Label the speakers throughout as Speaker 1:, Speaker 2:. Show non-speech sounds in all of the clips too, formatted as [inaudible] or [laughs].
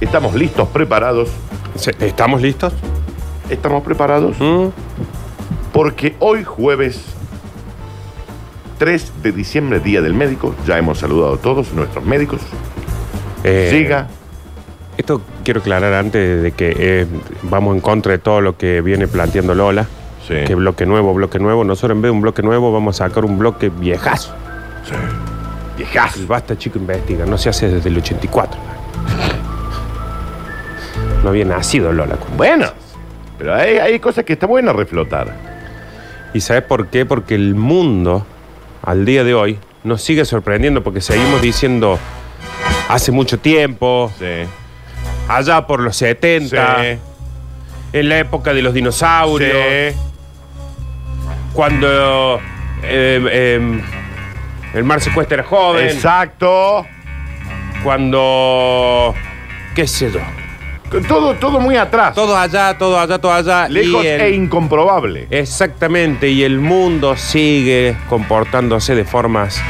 Speaker 1: Estamos listos, preparados.
Speaker 2: Se- ¿Estamos listos?
Speaker 1: Estamos preparados
Speaker 2: Mm.
Speaker 1: porque hoy jueves 3 de diciembre, Día del Médico, ya hemos saludado a todos nuestros médicos,
Speaker 2: Eh,
Speaker 1: llega
Speaker 2: Esto quiero aclarar antes de que eh, vamos en contra de todo lo que viene planteando Lola.
Speaker 1: Sí.
Speaker 2: Que bloque nuevo, bloque nuevo. Nosotros en vez de un bloque nuevo vamos a sacar un bloque viejazo.
Speaker 1: viejas.
Speaker 2: El basta, chico, investiga. No se hace desde el 84. No había nacido Lola. cuando-
Speaker 1: Bueno, pero hay, hay cosas que está buena reflotar.
Speaker 2: ¿Y sabes por qué? Porque el mundo, al día de hoy, nos sigue sorprendiendo porque seguimos diciendo hace mucho tiempo,
Speaker 1: Sí.
Speaker 2: allá por los 70,
Speaker 1: Sí.
Speaker 2: en la época de los dinosaurios.
Speaker 1: Sí.
Speaker 2: cuando eh, eh, el Mar Secuestra era joven,
Speaker 1: Exacto.
Speaker 2: cuando qué sé yo,
Speaker 1: Todo, todo muy atrás.
Speaker 2: todo allá, todo allá, todo allá,
Speaker 1: Lejos
Speaker 2: y el-
Speaker 1: e incomprobable.
Speaker 2: exactamente y el mundo sigue comportándose de formas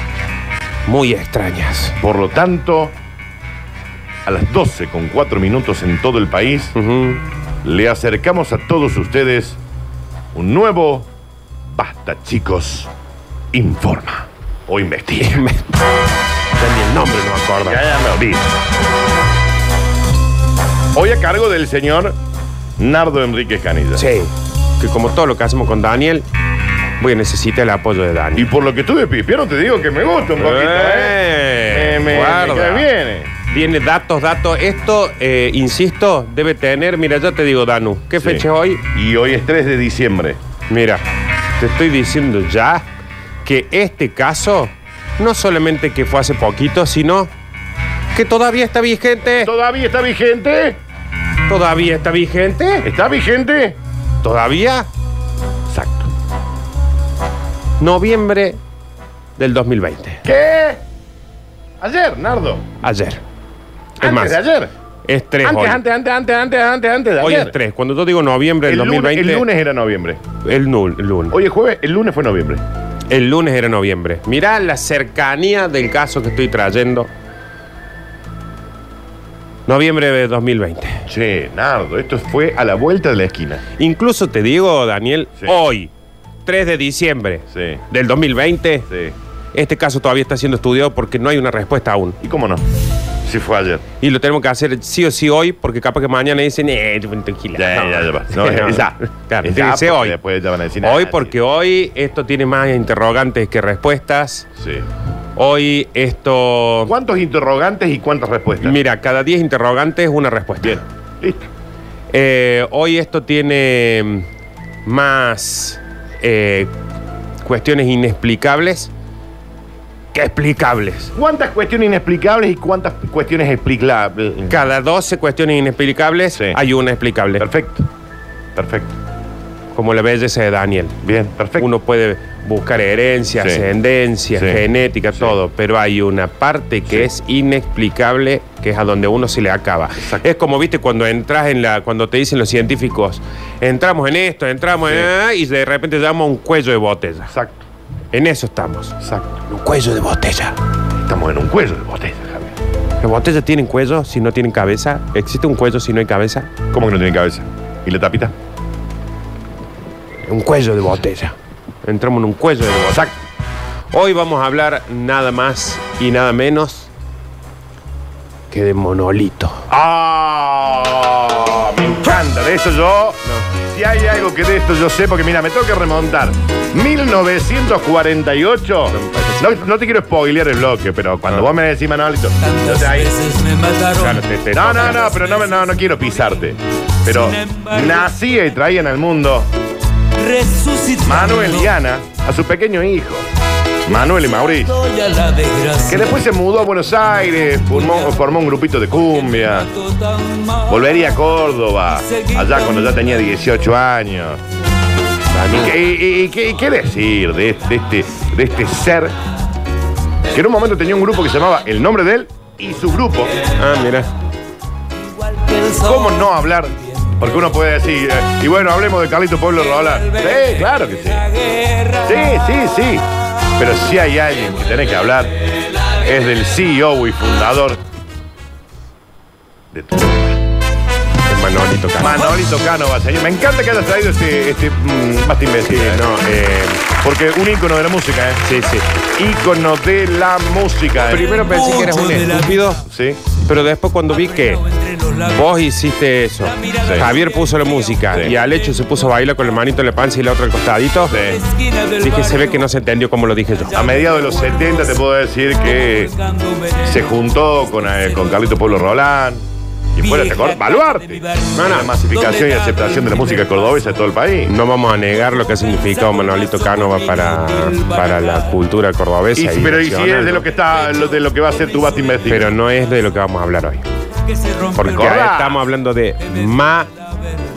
Speaker 2: muy extrañas.
Speaker 1: Por lo tanto, a las 12 con 4 minutos en todo el país,
Speaker 2: Ujú.
Speaker 1: le acercamos a todos ustedes un nuevo Basta Chicos Informa o Investiga.
Speaker 2: [laughs] Me- ya ni el nombre no me acuerdo.
Speaker 1: Ya, ya me olvido. Hoy a cargo del señor Nardo Enríquez Canilla.
Speaker 2: Sí, que como todo lo que hacemos con Daniel, voy a necesitar el apoyo de
Speaker 1: Y
Speaker 2: Daniel.
Speaker 1: por lo que estuve pispiando te digo que me gusta un poquito, ¿eh? Me- me- me cae bien, eh.
Speaker 2: Viene datos, datos. Esto, eh, insisto, debe tener. Mira, ya te digo, Danu, ¿qué
Speaker 1: Sí.
Speaker 2: fecha es hoy? Eh.
Speaker 1: Y hoy es 3 de diciembre.
Speaker 2: Mira, te estoy diciendo ya que este caso no solamente que fue hace poquito, sino que todavía está vigente.
Speaker 1: ¿Todavía está vigente?
Speaker 2: Todavía está vigente.
Speaker 1: ¿Está vigente?
Speaker 2: Todavía.
Speaker 1: Exacto.
Speaker 2: Noviembre del 2020.
Speaker 1: ¿Qué? Ayer, Nardo.
Speaker 2: Ayer. Es
Speaker 1: Antes
Speaker 2: más,
Speaker 1: de ayer.
Speaker 2: es 3
Speaker 1: Antes,
Speaker 2: hoy.
Speaker 1: antes, antes, antes, antes, antes, antes de
Speaker 2: Hoy
Speaker 1: ayer.
Speaker 2: es 3. Cuando yo digo noviembre
Speaker 1: El,
Speaker 2: del
Speaker 1: lunes,
Speaker 2: 2020,
Speaker 1: el lunes era noviembre.
Speaker 2: el nul- el lunes.
Speaker 1: Hoy es jueves, el lunes fue noviembre.
Speaker 2: El lunes era noviembre. Mirá la cercanía del caso que estoy trayendo. Noviembre de 2020.
Speaker 1: Che, Nardo, esto fue a la vuelta de la esquina.
Speaker 2: Incluso te digo, Daniel,
Speaker 1: Sí.
Speaker 2: hoy, 3 de diciembre
Speaker 1: Sí.
Speaker 2: del 2020,
Speaker 1: Sí.
Speaker 2: este caso todavía está siendo estudiado porque no hay una respuesta aún.
Speaker 1: ¿Y cómo no? Si fue ayer.
Speaker 2: Y lo tenemos que hacer sí o sí hoy porque capaz que mañana dicen, eh, tranquila.
Speaker 1: Ya,
Speaker 2: No.
Speaker 1: ya, ya. va. No, ya, ya.
Speaker 2: [laughs] Claro,
Speaker 1: Ya,
Speaker 2: tiene que ser
Speaker 1: porque
Speaker 2: hoy.
Speaker 1: Después ya van a decir
Speaker 2: Hoy
Speaker 1: ah,
Speaker 2: porque hoy esto tiene más interrogantes que respuestas.
Speaker 1: Sí.
Speaker 2: Hoy esto...
Speaker 1: ¿Cuántos interrogantes y cuántas respuestas?
Speaker 2: Mira, cada 10 interrogantes una respuesta.
Speaker 1: Bien. Listo.
Speaker 2: Eh, hoy esto tiene mm, más eh, cuestiones inexplicables que explicables.
Speaker 1: ¿Cuántas cuestiones inexplicables y cuántas cuestiones explicables?
Speaker 2: Cada 12 cuestiones inexplicables
Speaker 1: Sí.
Speaker 2: hay una explicable,
Speaker 1: Perfecto. Perfecto.
Speaker 2: como la belleza de Daniel.
Speaker 1: Bien, perfecto.
Speaker 2: Uno puede buscar herencia,
Speaker 1: Sí.
Speaker 2: ascendencia,
Speaker 1: Sí.
Speaker 2: genética,
Speaker 1: Sí.
Speaker 2: todo, pero hay una parte que
Speaker 1: Sí.
Speaker 2: es inexplicable, que es a donde uno se le acaba.
Speaker 1: Exacto.
Speaker 2: Es como, viste, cuando entras en la, cuando te dicen los científicos, entramos en esto, entramos en... y de repente damos un cuello de botella.
Speaker 1: Exacto,
Speaker 2: En eso estamos.
Speaker 1: exacto.
Speaker 2: Un cuello de botella.
Speaker 1: Estamos en un cuello de botella, Javier.
Speaker 2: ¿Las botellas tienen cuello si no tienen cabeza? ¿Existe un cuello si no hay cabeza?
Speaker 1: ¿Cómo que no tiene cabeza? ¿Y la tapita?
Speaker 2: Un cuello de botella. Entramos en un cuello de botella.
Speaker 1: Exacto.
Speaker 2: Hoy vamos a hablar nada más y nada menos que de monolito.
Speaker 1: ¡Ah! me encanta. De eso yo. Si hay algo que de esto yo sé, porque mira, me tengo que remontar. 1948. No, no te quiero spoilear el bloque, pero cuando vos me decís, Manolito. yo te- ahí-
Speaker 2: Claro, te- te-
Speaker 1: No, no, no, pero no, me- no, no quiero pisarte. Pero nacía y traían al mundo Manuel y Ana a su pequeño hijo. Manuel y Mauricio. Que después se mudó a Buenos Aires, formó, formó un grupito de cumbia. Volvería a Córdoba, allá cuando ya tenía 18 años. ¿Y, qué- y- y qué- y qué decir de, de este, de este ser? Que en un momento tenía un grupo que se llamaba El Nombre de Él y su grupo.
Speaker 2: Ah, mira.
Speaker 1: ¿Cómo no hablar? Porque uno puede decir, eh, y bueno, hablemos de Carlito Pueblo Roland. Sí, claro que sí. Sí, sí, sí. Pero si hay alguien E que tiene que hablar, es del CEO y fundador de todo.
Speaker 2: Es Manolito Cano.
Speaker 1: Manolito Cánovas, señor. Me encanta que hayas traído este, este mm, Basta Imbécil.
Speaker 2: Sí,
Speaker 1: ¿eh?
Speaker 2: no, eh,
Speaker 1: Porque un ícono de la música, ¿eh?
Speaker 2: sí, sí.
Speaker 1: Ícono de la música. ¿eh?
Speaker 2: Primero pensé que eras un estúpido,
Speaker 1: Sí.
Speaker 2: pero después cuando vi que vos hiciste eso,
Speaker 1: Sí.
Speaker 2: Javier puso la música
Speaker 1: Sí.
Speaker 2: y Alecho se puso a bailar con la manito en la panza y la otra al costadito,
Speaker 1: Sí.
Speaker 2: dije, se ve que no se entendió como lo dije yo.
Speaker 1: A mediados de los 70 te puedo decir que se juntó con, eh, con Carlito Pueblo Rolán. Y fuera, ¿te acuerdas? Baluarte. No, la masificación y aceptación de la música cordobesa de todo el país.
Speaker 2: No vamos a negar lo que ha significado Manolito Cánova para, para la cultura cordobesa.
Speaker 1: Y,
Speaker 2: y
Speaker 1: pero y si
Speaker 2: nacional,
Speaker 1: es de
Speaker 2: ¿no?
Speaker 1: lo que está, lo- de lo que va a ser tu Basta Imbécil.
Speaker 2: Pero no es de lo que vamos a hablar hoy. Porque
Speaker 1: Recordá.
Speaker 2: ahora estamos hablando de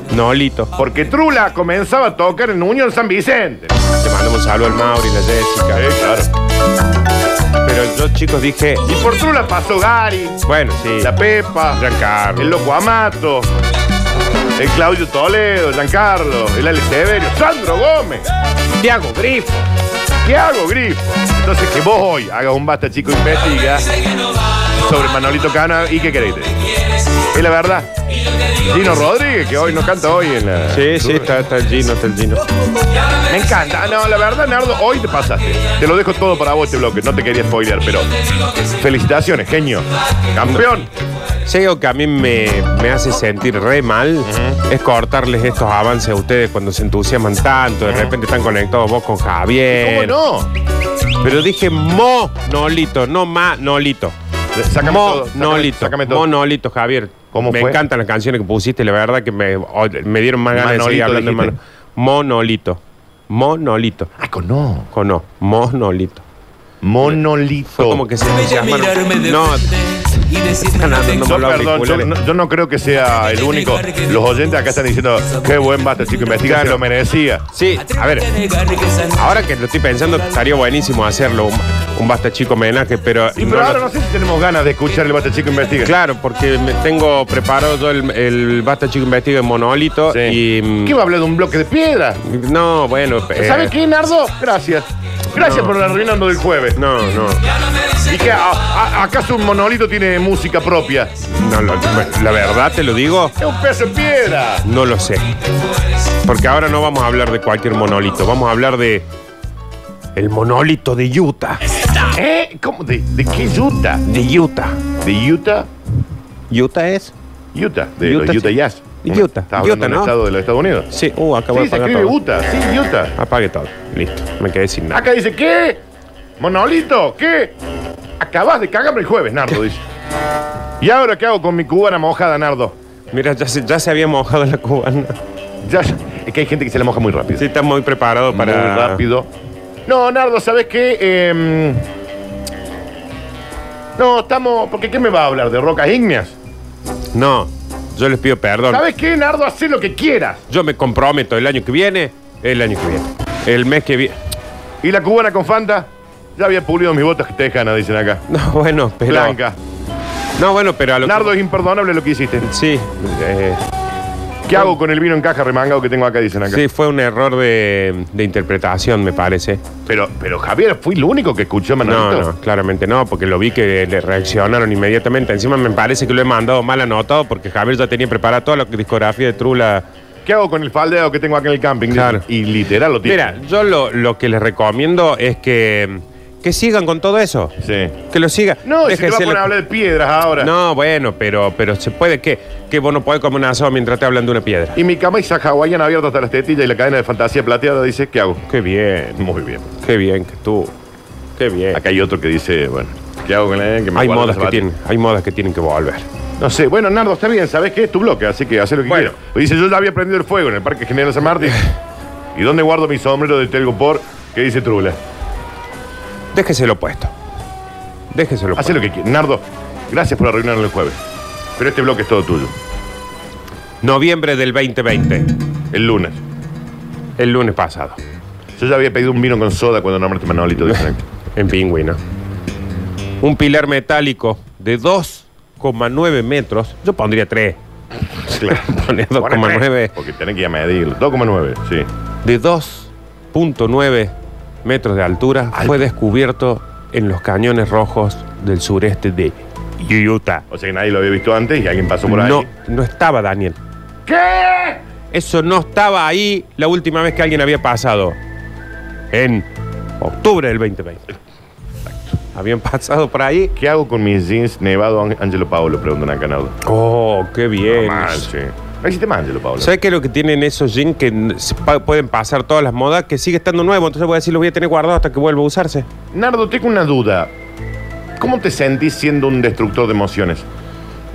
Speaker 2: Manolito.
Speaker 1: Porque Trula comenzaba a tocar en Unión San Vicente.
Speaker 2: Te mandamos un saludo al Mauri, la Jessica.
Speaker 1: Eh, claro.
Speaker 2: Pero yo, chicos, dije,
Speaker 1: Y por Trula pasó Gary,
Speaker 2: bueno, sí,
Speaker 1: la Pepa,
Speaker 2: Giancarlo.
Speaker 1: el Loco Amato, el Claudio Toledo, Giancarlo, el Ale Severio, Sandro Gómez.
Speaker 2: Tiago Grifo.
Speaker 1: ¿Qué hago, Grifo? Entonces que vos hoy hagas un basta, chico, investiga sobre Manolito Cana y qué queréis. Es la verdad. Gino Rodríguez, que hoy no canta hoy en la.
Speaker 2: Sí, sí, está, está el Gino, está el Gino.
Speaker 1: Me encanta. Ah, No, la verdad, Nardo, hoy te pasaste. Te lo dejo todo para vos este bloque. No te quería spoilear, pero. Felicitaciones, genio. Campeón.
Speaker 2: Si hay algo que a mí me, me hace sentir re mal es cortarles estos avances a ustedes cuando se entusiasman tanto, de repente están conectados vos con
Speaker 1: ¿Cómo
Speaker 2: Javier.
Speaker 1: no?
Speaker 2: Pero dije monolito, no manolito.
Speaker 1: Sácame todo. sácame-
Speaker 2: Monolito,
Speaker 1: Sácame todo.
Speaker 2: monolito, Javier.
Speaker 1: ¿Cómo
Speaker 2: me
Speaker 1: fue?
Speaker 2: encantan las canciones que pusiste, la verdad que me, o- me dieron más ganas de seguir
Speaker 1: Manolito,
Speaker 2: hablando de
Speaker 1: dijiste.
Speaker 2: mano- Monolito. Monolito.
Speaker 1: Ah, con no.
Speaker 2: Con no, monolito.
Speaker 1: Monolito.
Speaker 2: Fue como que se entusiasmaron. No,
Speaker 1: Yo,
Speaker 2: Como los
Speaker 1: perdón, yo,
Speaker 2: auriculares.
Speaker 1: no- yo no creo que sea el único. Los oyentes acá están diciendo, qué buen basta, chico, investiga,
Speaker 2: Claro.
Speaker 1: se lo merecía.
Speaker 2: sí, a ver, ahora que lo estoy pensando, estaría buenísimo hacerlo, un, un basta chico homenaje, pero.
Speaker 1: Y
Speaker 2: no
Speaker 1: pero ahora
Speaker 2: lo-
Speaker 1: no sé si tenemos ganas de escuchar el basta, chico, investiga.
Speaker 2: Claro, porque me tengo preparado yo el, el basta chico investigo en monolito
Speaker 1: Sí.
Speaker 2: y. mm,
Speaker 1: ¿Qué va a hablar de un bloque de piedra?
Speaker 2: No, bueno. eh,
Speaker 1: ¿Sabes qué, Nardo? Gracias. Gracias
Speaker 2: No.
Speaker 1: por la reunión del jueves.
Speaker 2: No, no.
Speaker 1: ¿Y qué? A- a- ¿Acaso un monolito tiene música propia?
Speaker 2: No, lo- la verdad te lo digo,
Speaker 1: Es un peso en piedra.
Speaker 2: no lo sé. Porque ahora no vamos a hablar de cualquier monolito, vamos a hablar de el monolito de Utah,
Speaker 1: ¿Eh? ¿Cómo? ¿De, de qué Utah?
Speaker 2: de Utah.
Speaker 1: ¿De Utah?
Speaker 2: Utah es
Speaker 1: Utah, de
Speaker 2: Utah,
Speaker 1: los Utah
Speaker 2: sí.
Speaker 1: Jazz.
Speaker 2: Utah.
Speaker 1: Está hablando
Speaker 2: Utah,
Speaker 1: del
Speaker 2: ¿no?
Speaker 1: estado de los Estados Unidos.
Speaker 2: Sí, uh, acabo
Speaker 1: Sí,
Speaker 2: de
Speaker 1: se
Speaker 2: apagar
Speaker 1: escribe
Speaker 2: todo.
Speaker 1: Utah, sí, Utah.
Speaker 2: Apague todo. Listo, me quedé sin nada.
Speaker 1: Acá dice, ¿qué? Monolito, ¿qué? Acabas de cagarme el jueves, Nardo, dice. ¿Y ahora qué hago con mi cubana mojada, Nardo?
Speaker 2: Mira, ya se, ya se había mojado la cubana.
Speaker 1: Ya, ya- es que hay gente que se la moja muy rápido.
Speaker 2: Sí, está muy preparado para.
Speaker 1: Muy rápido. No, Nardo, ¿sabes qué? Em, no, estamos... Porque ¿qué me va a hablar? ¿De rocas ígneas?
Speaker 2: No, yo les pido perdón.
Speaker 1: ¿Sabes qué, Nardo? Hacé lo que quieras.
Speaker 2: Yo me comprometo el año que viene, el año que viene, el mes que viene. [laughs]
Speaker 1: ¿Y la cubana con Fanta? Ya había pulido mis botas tejanas, dicen acá.
Speaker 2: No, bueno, pero.
Speaker 1: Blanca.
Speaker 2: No, bueno, pero a lo que-
Speaker 1: Nardo, es imperdonable lo que hiciste.
Speaker 2: Sí, eh,
Speaker 1: ¿Qué hago con el vino en caja remangado que tengo acá? Dicen acá.
Speaker 2: sí, fue un error de, de interpretación, me parece.
Speaker 1: Pero, pero Javier, fui el único que escuchó
Speaker 2: No,
Speaker 1: Manolito.
Speaker 2: no, claramente no, porque lo vi que le reaccionaron inmediatamente. Encima me parece que lo he mandado mal anotado porque Javier ya tenía preparada toda la discografía de Trula.
Speaker 1: ¿Qué hago con el faldeo que tengo acá en el camping?
Speaker 2: Claro.
Speaker 1: Y literal lo tiene.
Speaker 2: Mira, yo lo, lo que les recomiendo es que, que sigan con todo eso.
Speaker 1: Sí.
Speaker 2: Que lo sigan.
Speaker 1: No, y si te va a
Speaker 2: Déjense
Speaker 1: poner
Speaker 2: lo-
Speaker 1: a hablar de piedras ahora.
Speaker 2: No, bueno, pero, pero se puede que, que vos no podés comer un asado mientras te hablan de una piedra.
Speaker 1: Y mi camisa hawaiana abierta hasta las tetillas y la cadena de fantasía plateada dice, ¿qué hago?
Speaker 2: Qué bien,
Speaker 1: Muy bien.
Speaker 2: qué bien que tú. Qué bien.
Speaker 1: Acá hay otro que dice, bueno, ¿qué hago con la que me
Speaker 2: Hay
Speaker 1: guardo
Speaker 2: modas
Speaker 1: los
Speaker 2: que
Speaker 1: zapatos?
Speaker 2: tienen, hay modas que tienen que volver.
Speaker 1: No sé, bueno, Nardo, está bien, ¿sabes qué? Es tu bloque, así que haz lo que
Speaker 2: Bueno.
Speaker 1: quieras. Dice, yo ya había prendido el fuego en el Parque General San
Speaker 2: [laughs]
Speaker 1: Martín. ¿Y dónde guardo mi sombrero de Telgopor que dice Trula?
Speaker 2: Déjeselo puesto. Déjeselo
Speaker 1: Haz
Speaker 2: puesto.
Speaker 1: lo que quieras. Nardo, gracias por arruinarlo el jueves. Pero este bloque es todo tuyo.
Speaker 2: Noviembre del 2020,
Speaker 1: El lunes.
Speaker 2: el lunes pasado,
Speaker 1: Yo ya había pedido un vino con soda cuando nombraste Manolito. dicen
Speaker 2: [laughs]
Speaker 1: acá.
Speaker 2: en Pingüino. Un pilar metálico de 2,9 metros. Yo pondría 3.
Speaker 1: Claro.
Speaker 2: Pone 2,9.
Speaker 1: Porque tenés que ir a medirlo. 2,9, sí.
Speaker 2: De 2,9 metros de altura. Fue descubierto en los cañones rojos del sureste de Utah.
Speaker 1: O sea que nadie lo había visto antes y alguien pasó por ahí.
Speaker 2: No, no estaba Daniel.
Speaker 1: ¿Qué?
Speaker 2: Eso no estaba ahí la última vez que alguien había pasado. En octubre del 2020. Habían pasado por ahí.
Speaker 1: ¿Qué hago con mis jeans nevado Ang- Angelo Paolo? Preguntan acá, Nardo.
Speaker 2: Oh, qué bien.
Speaker 1: No manches. No existe más Angelo Paolo.
Speaker 2: ¿Sabes qué es lo que tienen esos jeans que n- se pa- pueden pasar todas las modas? Que sigue estando nuevo, entonces voy a decir, los voy a tener guardados hasta que vuelva a usarse.
Speaker 1: Nardo, tengo una duda. ¿Cómo te sentís siendo un destructor de emociones?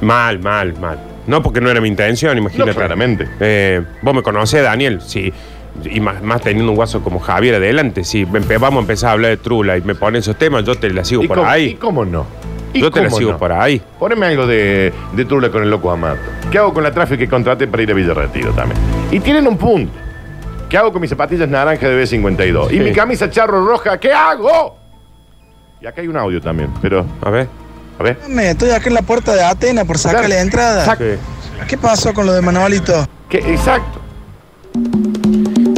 Speaker 2: Mal, mal, mal. No, porque no era mi intención, imagínate.
Speaker 1: No, claramente.
Speaker 2: Eh, Vos me conocés, Daniel, sí. Y más, más teniendo un guaso como Javier adelante, si empe- vamos a empezar a hablar de Trula y me ponen esos temas, yo te la sigo
Speaker 1: ¿Y
Speaker 2: por
Speaker 1: cómo,
Speaker 2: ahí.
Speaker 1: ¿Y cómo no? ¿Y
Speaker 2: Yo te la
Speaker 1: cómo
Speaker 2: sigo
Speaker 1: no?
Speaker 2: por ahí.
Speaker 1: Poneme algo de, de Trula con el loco Amato. ¿Qué hago con la tráfico que contraté para ir a Villa Retiro también? Y tienen un punto. ¿Qué hago con mis zapatillas naranja de B52? ¿Y
Speaker 2: Sí.
Speaker 1: mi camisa charro roja? ¿Qué hago? Y acá hay un audio también, pero...
Speaker 2: A ver.
Speaker 1: A ver.
Speaker 3: Me estoy acá en la puerta de Atenas por sacarle la entrada.
Speaker 1: Exacto.
Speaker 2: Sí.
Speaker 3: ¿Qué pasó con lo de Manuelito?
Speaker 1: ¿Qué? Exacto.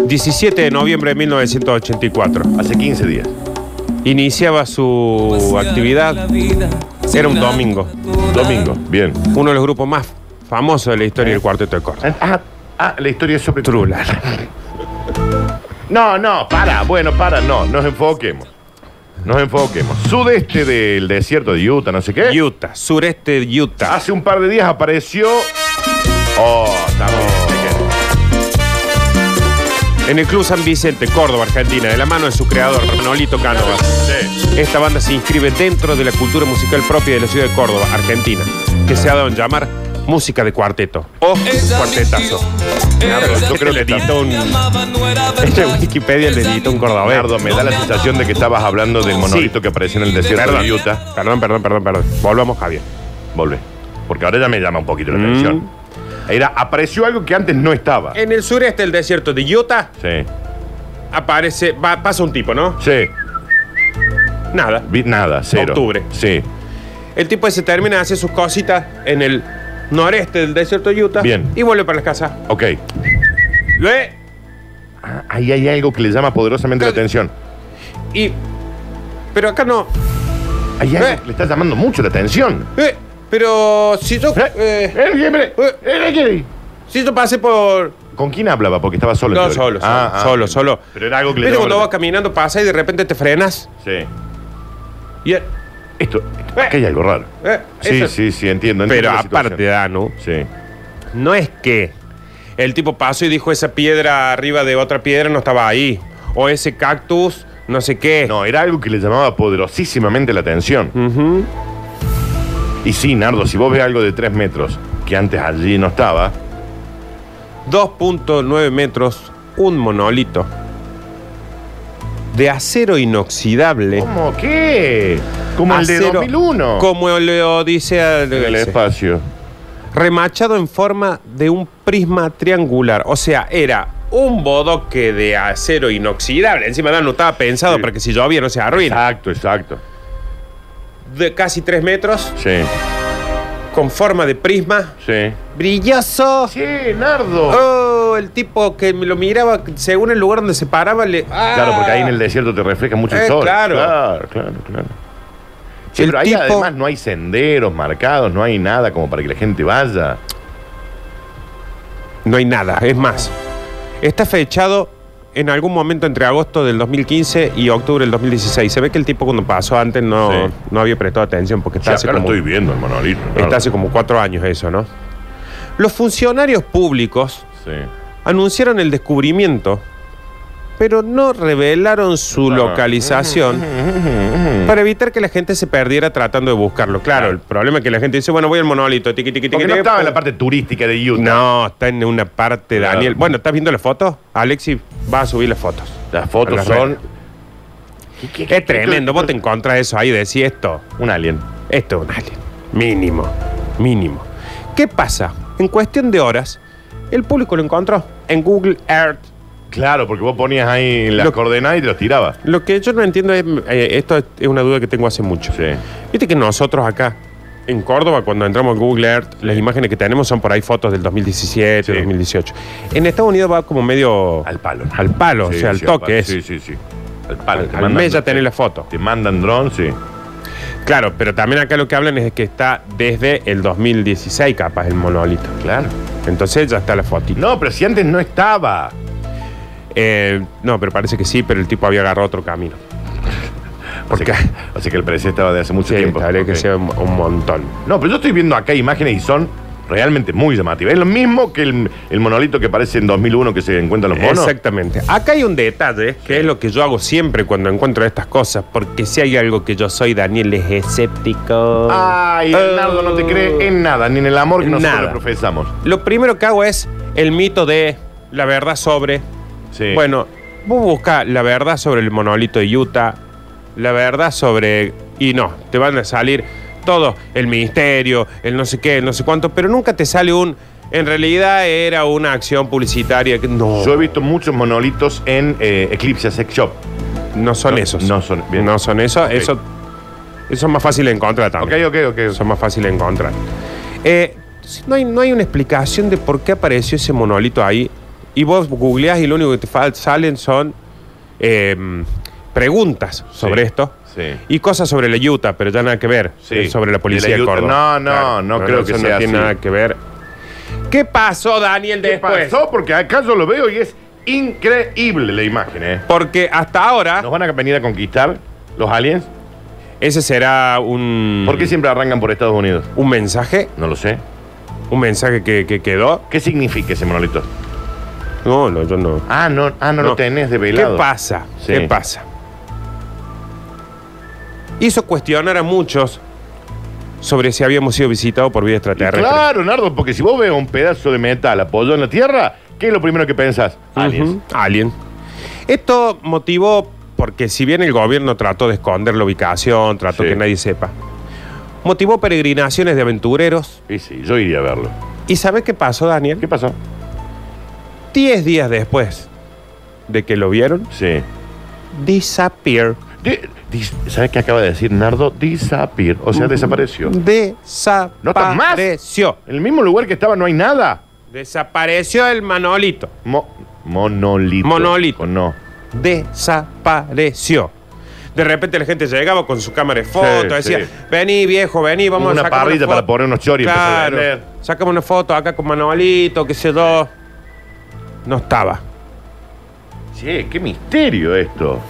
Speaker 2: 17 de noviembre de 1984.
Speaker 1: Hace 15 días.
Speaker 2: Iniciaba su actividad. Era un domingo.
Speaker 1: Domingo. Bien.
Speaker 2: Uno de los grupos más famosos de la historia del cuarteto de corte.
Speaker 1: Ah, ah, la historia es sobre
Speaker 2: Trula.
Speaker 1: No, no, para, bueno, para, no, nos enfoquemos. Nos enfoquemos. Sudeste del desierto de Utah, no sé qué.
Speaker 2: [laughs] Utah, sureste de Utah.
Speaker 1: Hace un par de días apareció. Oh, estamos.
Speaker 2: En el Club San Vicente, Córdoba, Argentina, de la mano de su creador, Manolito Cánovas.
Speaker 1: Sí.
Speaker 2: Esta banda se inscribe dentro de la cultura musical propia de la ciudad de Córdoba, Argentina, que se ha dado en llamar música de cuarteto o cuartetazo.
Speaker 1: Nardo, yo creo que
Speaker 2: Este
Speaker 1: está-
Speaker 2: le editó un- Este Wikipedia le editó un cordobés.
Speaker 1: Nardo, me da la sensación de que estabas hablando del monolito que apareció en el desierto de Utah.
Speaker 2: Perdón, perdón, perdón, perdón. Volvamos, Javier.
Speaker 1: Volve. Porque ahora ya me llama un poquito
Speaker 2: Mm.
Speaker 1: la atención. Era, apareció algo que antes no estaba.
Speaker 2: En el sureste del desierto de Utah
Speaker 1: Sí.
Speaker 2: aparece, va- pasa un tipo, ¿no?
Speaker 1: Sí.
Speaker 2: Nada.
Speaker 1: Vi nada, cero.
Speaker 2: Octubre.
Speaker 1: Sí.
Speaker 2: El tipo ese termina de hacer sus cositas en el noreste del desierto de Utah.
Speaker 1: Bien.
Speaker 2: Y vuelve para las casas.
Speaker 1: Ok.
Speaker 2: Ve,
Speaker 1: Ah, ahí hay algo que le llama poderosamente la atención.
Speaker 2: Y. Pero acá no.
Speaker 1: Ahí hay
Speaker 2: Eh.
Speaker 1: algo que le está llamando mucho la atención.
Speaker 2: Eh, pero si yo.
Speaker 1: Eh,
Speaker 2: eh,
Speaker 1: eh, siempre.
Speaker 2: eh.
Speaker 1: Eh, eh, eh.
Speaker 2: si yo pasé por.
Speaker 1: ¿Con quién hablaba? Porque estaba solo. en
Speaker 2: No,
Speaker 1: teoría.
Speaker 2: solo, solo,
Speaker 1: Ah, ah.
Speaker 2: solo, solo.
Speaker 1: Pero era algo que le
Speaker 2: Pero cuando vas
Speaker 1: llamaba
Speaker 2: caminando, pasa y de repente te frenas.
Speaker 1: la atención. Sí.
Speaker 2: Y. eh,
Speaker 1: Esto, esto- acá hay algo raro.
Speaker 2: eh,
Speaker 1: Sí,
Speaker 2: eso-
Speaker 1: sí, sí, entiendo.
Speaker 2: Pero
Speaker 1: entiendo la
Speaker 2: aparte,
Speaker 1: situación.
Speaker 2: Danu,
Speaker 1: Sí.
Speaker 2: no es que el tipo pasó y dijo esa piedra arriba de otra piedra no estaba ahí. O ese cactus, no sé qué.
Speaker 1: No, era algo que le llamaba poderosísimamente la atención.
Speaker 2: Ujú.
Speaker 1: Y sí, Nardo, si vos ves algo de 3 metros que antes allí no estaba,
Speaker 2: 2.9 metros, un monolito de acero inoxidable.
Speaker 1: ¿cómo qué? Como el de
Speaker 2: Acero,
Speaker 1: 2001.
Speaker 2: Como le Odisea
Speaker 1: En el espacio.
Speaker 2: remachado en forma de un prisma triangular. O sea, era un bodoque de acero inoxidable. Encima Dan no estaba pensado
Speaker 1: Sí.
Speaker 2: para que si llovía no se arruina.
Speaker 1: Exacto, exacto.
Speaker 2: De casi 3 metros,
Speaker 1: Sí,
Speaker 2: con forma de prisma.
Speaker 1: sí.
Speaker 2: Brilloso.
Speaker 1: Sí, Nardo.
Speaker 2: Oh, el tipo que me lo miraba según el lugar donde se paraba le. Ah.
Speaker 1: Claro, porque ahí en el desierto te refleja mucho el
Speaker 2: Eh,
Speaker 1: sol.
Speaker 2: claro.
Speaker 1: claro, claro. claro. Sí,
Speaker 2: El
Speaker 1: pero ahí
Speaker 2: tipo-
Speaker 1: además no hay senderos marcados, no hay nada como para que la gente vaya.
Speaker 2: No hay nada, es más. Está fechado en algún momento entre agosto del 2015 y octubre del 2016. Se ve que el tipo cuando pasó antes no,
Speaker 1: Sí.
Speaker 2: no había prestado atención porque está
Speaker 1: Ya,
Speaker 2: hace
Speaker 1: acá lo
Speaker 2: como-
Speaker 1: estoy viendo, el monolito.
Speaker 2: Está
Speaker 1: claro.
Speaker 2: hace como cuatro años eso, ¿no? Los funcionarios públicos
Speaker 1: Sí.
Speaker 2: anunciaron el descubrimiento, pero no revelaron su
Speaker 1: Ah.
Speaker 2: localización para evitar que la gente se perdiera tratando de buscarlo. Claro, el problema es que la gente dice, bueno, voy al monolito, tiqui, tiqui, tiqui,
Speaker 1: Porque no
Speaker 2: tiqui,
Speaker 1: estaba en
Speaker 2: pum.
Speaker 1: la parte turística de Utah.
Speaker 2: No, está en una parte,
Speaker 1: Claro.
Speaker 2: Daniel. Bueno, ¿estás viendo las fotos? Alexis va a subir las fotos.
Speaker 1: Las fotos
Speaker 2: Las
Speaker 1: son.
Speaker 2: redes. Es tremendo, vos te encontrás eso ahí, decís esto.
Speaker 1: Un alien.
Speaker 2: Esto es un alien. Mínimo, mínimo. ¿Qué pasa? En cuestión de horas, el público lo encontró en Google Earth.
Speaker 1: Claro, porque vos ponías ahí las
Speaker 2: Lo-
Speaker 1: coordenadas y te los tirabas.
Speaker 2: Lo que yo no entiendo es, eh, esto es una duda que tengo hace mucho.
Speaker 1: Sí.
Speaker 2: Viste que nosotros acá, en Córdoba, cuando entramos en Google Earth, las imágenes que tenemos son por ahí fotos del 2017,
Speaker 1: Sí.
Speaker 2: 2018. En Estados Unidos va como medio...
Speaker 1: Al palo.
Speaker 2: Al palo, o sea, al
Speaker 1: palo.
Speaker 2: toque es.
Speaker 1: Sí, sí, sí. Al palo.
Speaker 2: Al mes ya tenés la foto.
Speaker 1: Te mandan dron, sí.
Speaker 2: Claro, pero también acá lo que hablan es que está desde el 2016 capaz el monolito.
Speaker 1: Claro.
Speaker 2: Entonces ya está la fotito.
Speaker 1: No, pero si antes no estaba.
Speaker 2: Eh, no, pero parece que sí, pero el tipo había agarrado otro camino.
Speaker 1: Así
Speaker 2: Porque
Speaker 1: que, así que el precio estaba de hace mucho
Speaker 2: sí,
Speaker 1: tiempo.
Speaker 2: habría que
Speaker 1: Ok.
Speaker 2: ser un, un montón.
Speaker 1: No, pero yo estoy viendo acá imágenes y son realmente muy llamativas. Es lo mismo que el, el monolito que aparece en 2001 que se encuentran los monos.
Speaker 2: Exactamente. Acá hay un detalle que es lo que yo hago siempre cuando encuentro estas cosas, porque si hay algo que yo soy, Daniel, es escéptico.
Speaker 1: Ay, el
Speaker 2: Oh.
Speaker 1: Nardo no te cree en nada, ni en el amor que
Speaker 2: En
Speaker 1: nosotros
Speaker 2: nada.
Speaker 1: le profesamos.
Speaker 2: Lo primero que hago es el mito de la verdad sobre.
Speaker 1: Sí.
Speaker 2: Bueno, vos busca la verdad sobre el monolito de Utah, la verdad sobre. Y no, te van a salir todo, el ministerio, el no sé qué, el no sé cuánto, pero nunca te sale un. En realidad era una acción publicitaria. que- No,
Speaker 1: Yo he visto muchos monolitos en eh, Eclipse Sex Shop.
Speaker 2: no son
Speaker 1: No,
Speaker 2: esos.
Speaker 1: no son- bien.
Speaker 2: No son esos.
Speaker 1: Ok.
Speaker 2: Eso, eso es más fácil de encontrar
Speaker 1: Ok,
Speaker 2: también.
Speaker 1: ok, ok.
Speaker 2: Eso es más fácil de encontrar. Eh, no, hay, no hay una explicación de por qué apareció ese monolito ahí. Y vos googleás y lo único que te fal- salen son eh, preguntas sobre
Speaker 1: Sí,
Speaker 2: esto.
Speaker 1: sí.
Speaker 2: Y cosas sobre la Utah, pero ya nada que ver.
Speaker 1: Sí,
Speaker 2: eh, sobre la policía
Speaker 1: de la
Speaker 2: de
Speaker 1: Utah. No,
Speaker 2: Córdoba.
Speaker 1: no, no creo que
Speaker 2: eso
Speaker 1: sea
Speaker 2: No tiene
Speaker 1: así.
Speaker 2: nada que ver. ¿Qué pasó, Daniel,
Speaker 1: ¿Qué
Speaker 2: después?
Speaker 1: pasó? Porque acá yo lo veo y es increíble la imagen, ¿eh?
Speaker 2: Porque hasta ahora,
Speaker 1: ¿Nos van a venir a conquistar los aliens?
Speaker 2: ese será un,
Speaker 1: ¿Por qué siempre arrancan por Estados Unidos?
Speaker 2: un mensaje.
Speaker 1: No lo sé.
Speaker 2: Un mensaje que, que quedó.
Speaker 1: ¿Qué significa ese monolito?
Speaker 2: No, no, yo no.
Speaker 1: Ah, no, ah, no, lo
Speaker 2: No.
Speaker 1: tenés develado.
Speaker 2: ¿Qué pasa?
Speaker 1: Sí.
Speaker 2: ¿Qué pasa? Hizo cuestionar a muchos sobre si habíamos sido visitados por vida
Speaker 1: Y
Speaker 2: extraterrestre.
Speaker 1: Claro, Nardo, porque si vos ves un pedazo de metal apoyado en la Tierra, ¿qué es lo primero que pensás?
Speaker 2: Ujú,
Speaker 1: Aliens.
Speaker 2: Alien. Esto motivó, porque si bien el gobierno trató de esconder la ubicación, trató
Speaker 1: Sí.
Speaker 2: que nadie sepa, motivó peregrinaciones de aventureros.
Speaker 1: Y sí, yo iría a verlo.
Speaker 2: ¿Y sabes qué pasó, Daniel?
Speaker 1: ¿Qué pasó?
Speaker 2: Diez días después de que lo vieron,
Speaker 1: Sí.
Speaker 2: disappear.
Speaker 1: Di- dis- ¿Sabes qué acaba de decir Nardo? Disappear, o
Speaker 2: Mm.
Speaker 1: sea, desapareció. ¿No estás más?
Speaker 2: Desapareció.
Speaker 1: En el mismo lugar que estaba no hay nada.
Speaker 2: Desapareció el manolito.
Speaker 1: Mo- monolito.
Speaker 2: Monolito.
Speaker 1: O no.
Speaker 2: Desapareció. De repente la gente llegaba con su cámara de foto,
Speaker 1: Sí,
Speaker 2: decía,
Speaker 1: sí.
Speaker 2: vení viejo, vení, vamos
Speaker 1: Una
Speaker 2: a sacar
Speaker 1: parrilla para poner unos choris y empezar a
Speaker 2: Claro,
Speaker 1: vender.
Speaker 2: sacamos una foto acá con Manolito, qué sé yo. No estaba.
Speaker 1: Che, qué misterio esto.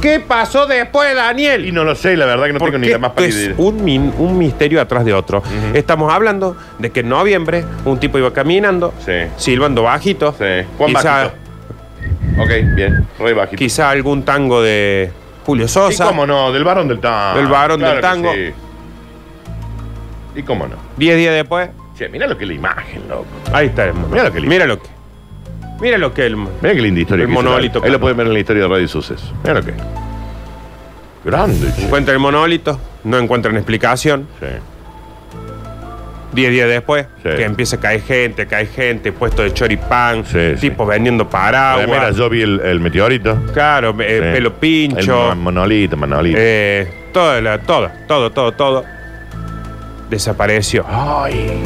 Speaker 2: ¿Qué pasó después, Daniel?
Speaker 1: Y no lo sé, la verdad que no tengo
Speaker 2: Porque
Speaker 1: ni la más
Speaker 2: esto
Speaker 1: pálida
Speaker 2: es
Speaker 1: idea.
Speaker 2: un, min- un misterio atrás de otro. Estamos hablando de que en noviembre un tipo iba caminando,
Speaker 1: Sí.
Speaker 2: silbando bajito.
Speaker 1: Sí. ¿Cuán bajito? Ok, bien. Re bajito.
Speaker 2: quizá algún tango de Julio
Speaker 1: ¿Y
Speaker 2: Sosa.
Speaker 1: cómo no? Del varón del tango.
Speaker 2: Del varón del
Speaker 1: Claro que
Speaker 2: tango.
Speaker 1: sí. ¿Y cómo no?
Speaker 2: Diez días después,
Speaker 1: Che, mira lo que es la imagen, loco.
Speaker 2: ahí está el monolito.
Speaker 1: Mira lo que lindo.
Speaker 2: Mira lo que. Mira lo que el mon-
Speaker 1: Mira qué linda historia.
Speaker 2: El
Speaker 1: que hizo
Speaker 2: monolito,
Speaker 1: Gaby. Ahí
Speaker 2: claro.
Speaker 1: lo pueden ver en la historia de Radio Suceso. Mira lo que. es. Grande, che.
Speaker 2: Encuentra el monolito, no encuentran explicación.
Speaker 1: Sí.
Speaker 2: Diez días después,
Speaker 1: Sí.
Speaker 2: que empieza a caer gente, cae gente, puesto de choripán,
Speaker 1: Sí,
Speaker 2: tipo vendiendo paraguas.
Speaker 1: Mira, mira, yo vi el, el meteorito.
Speaker 2: Claro, eh,
Speaker 1: Sí.
Speaker 2: pelo
Speaker 1: El
Speaker 2: pincho.
Speaker 1: mon- monolito, monolito.
Speaker 2: eh, toda la- todo, todo, todo, todo. Desapareció.
Speaker 1: Ay.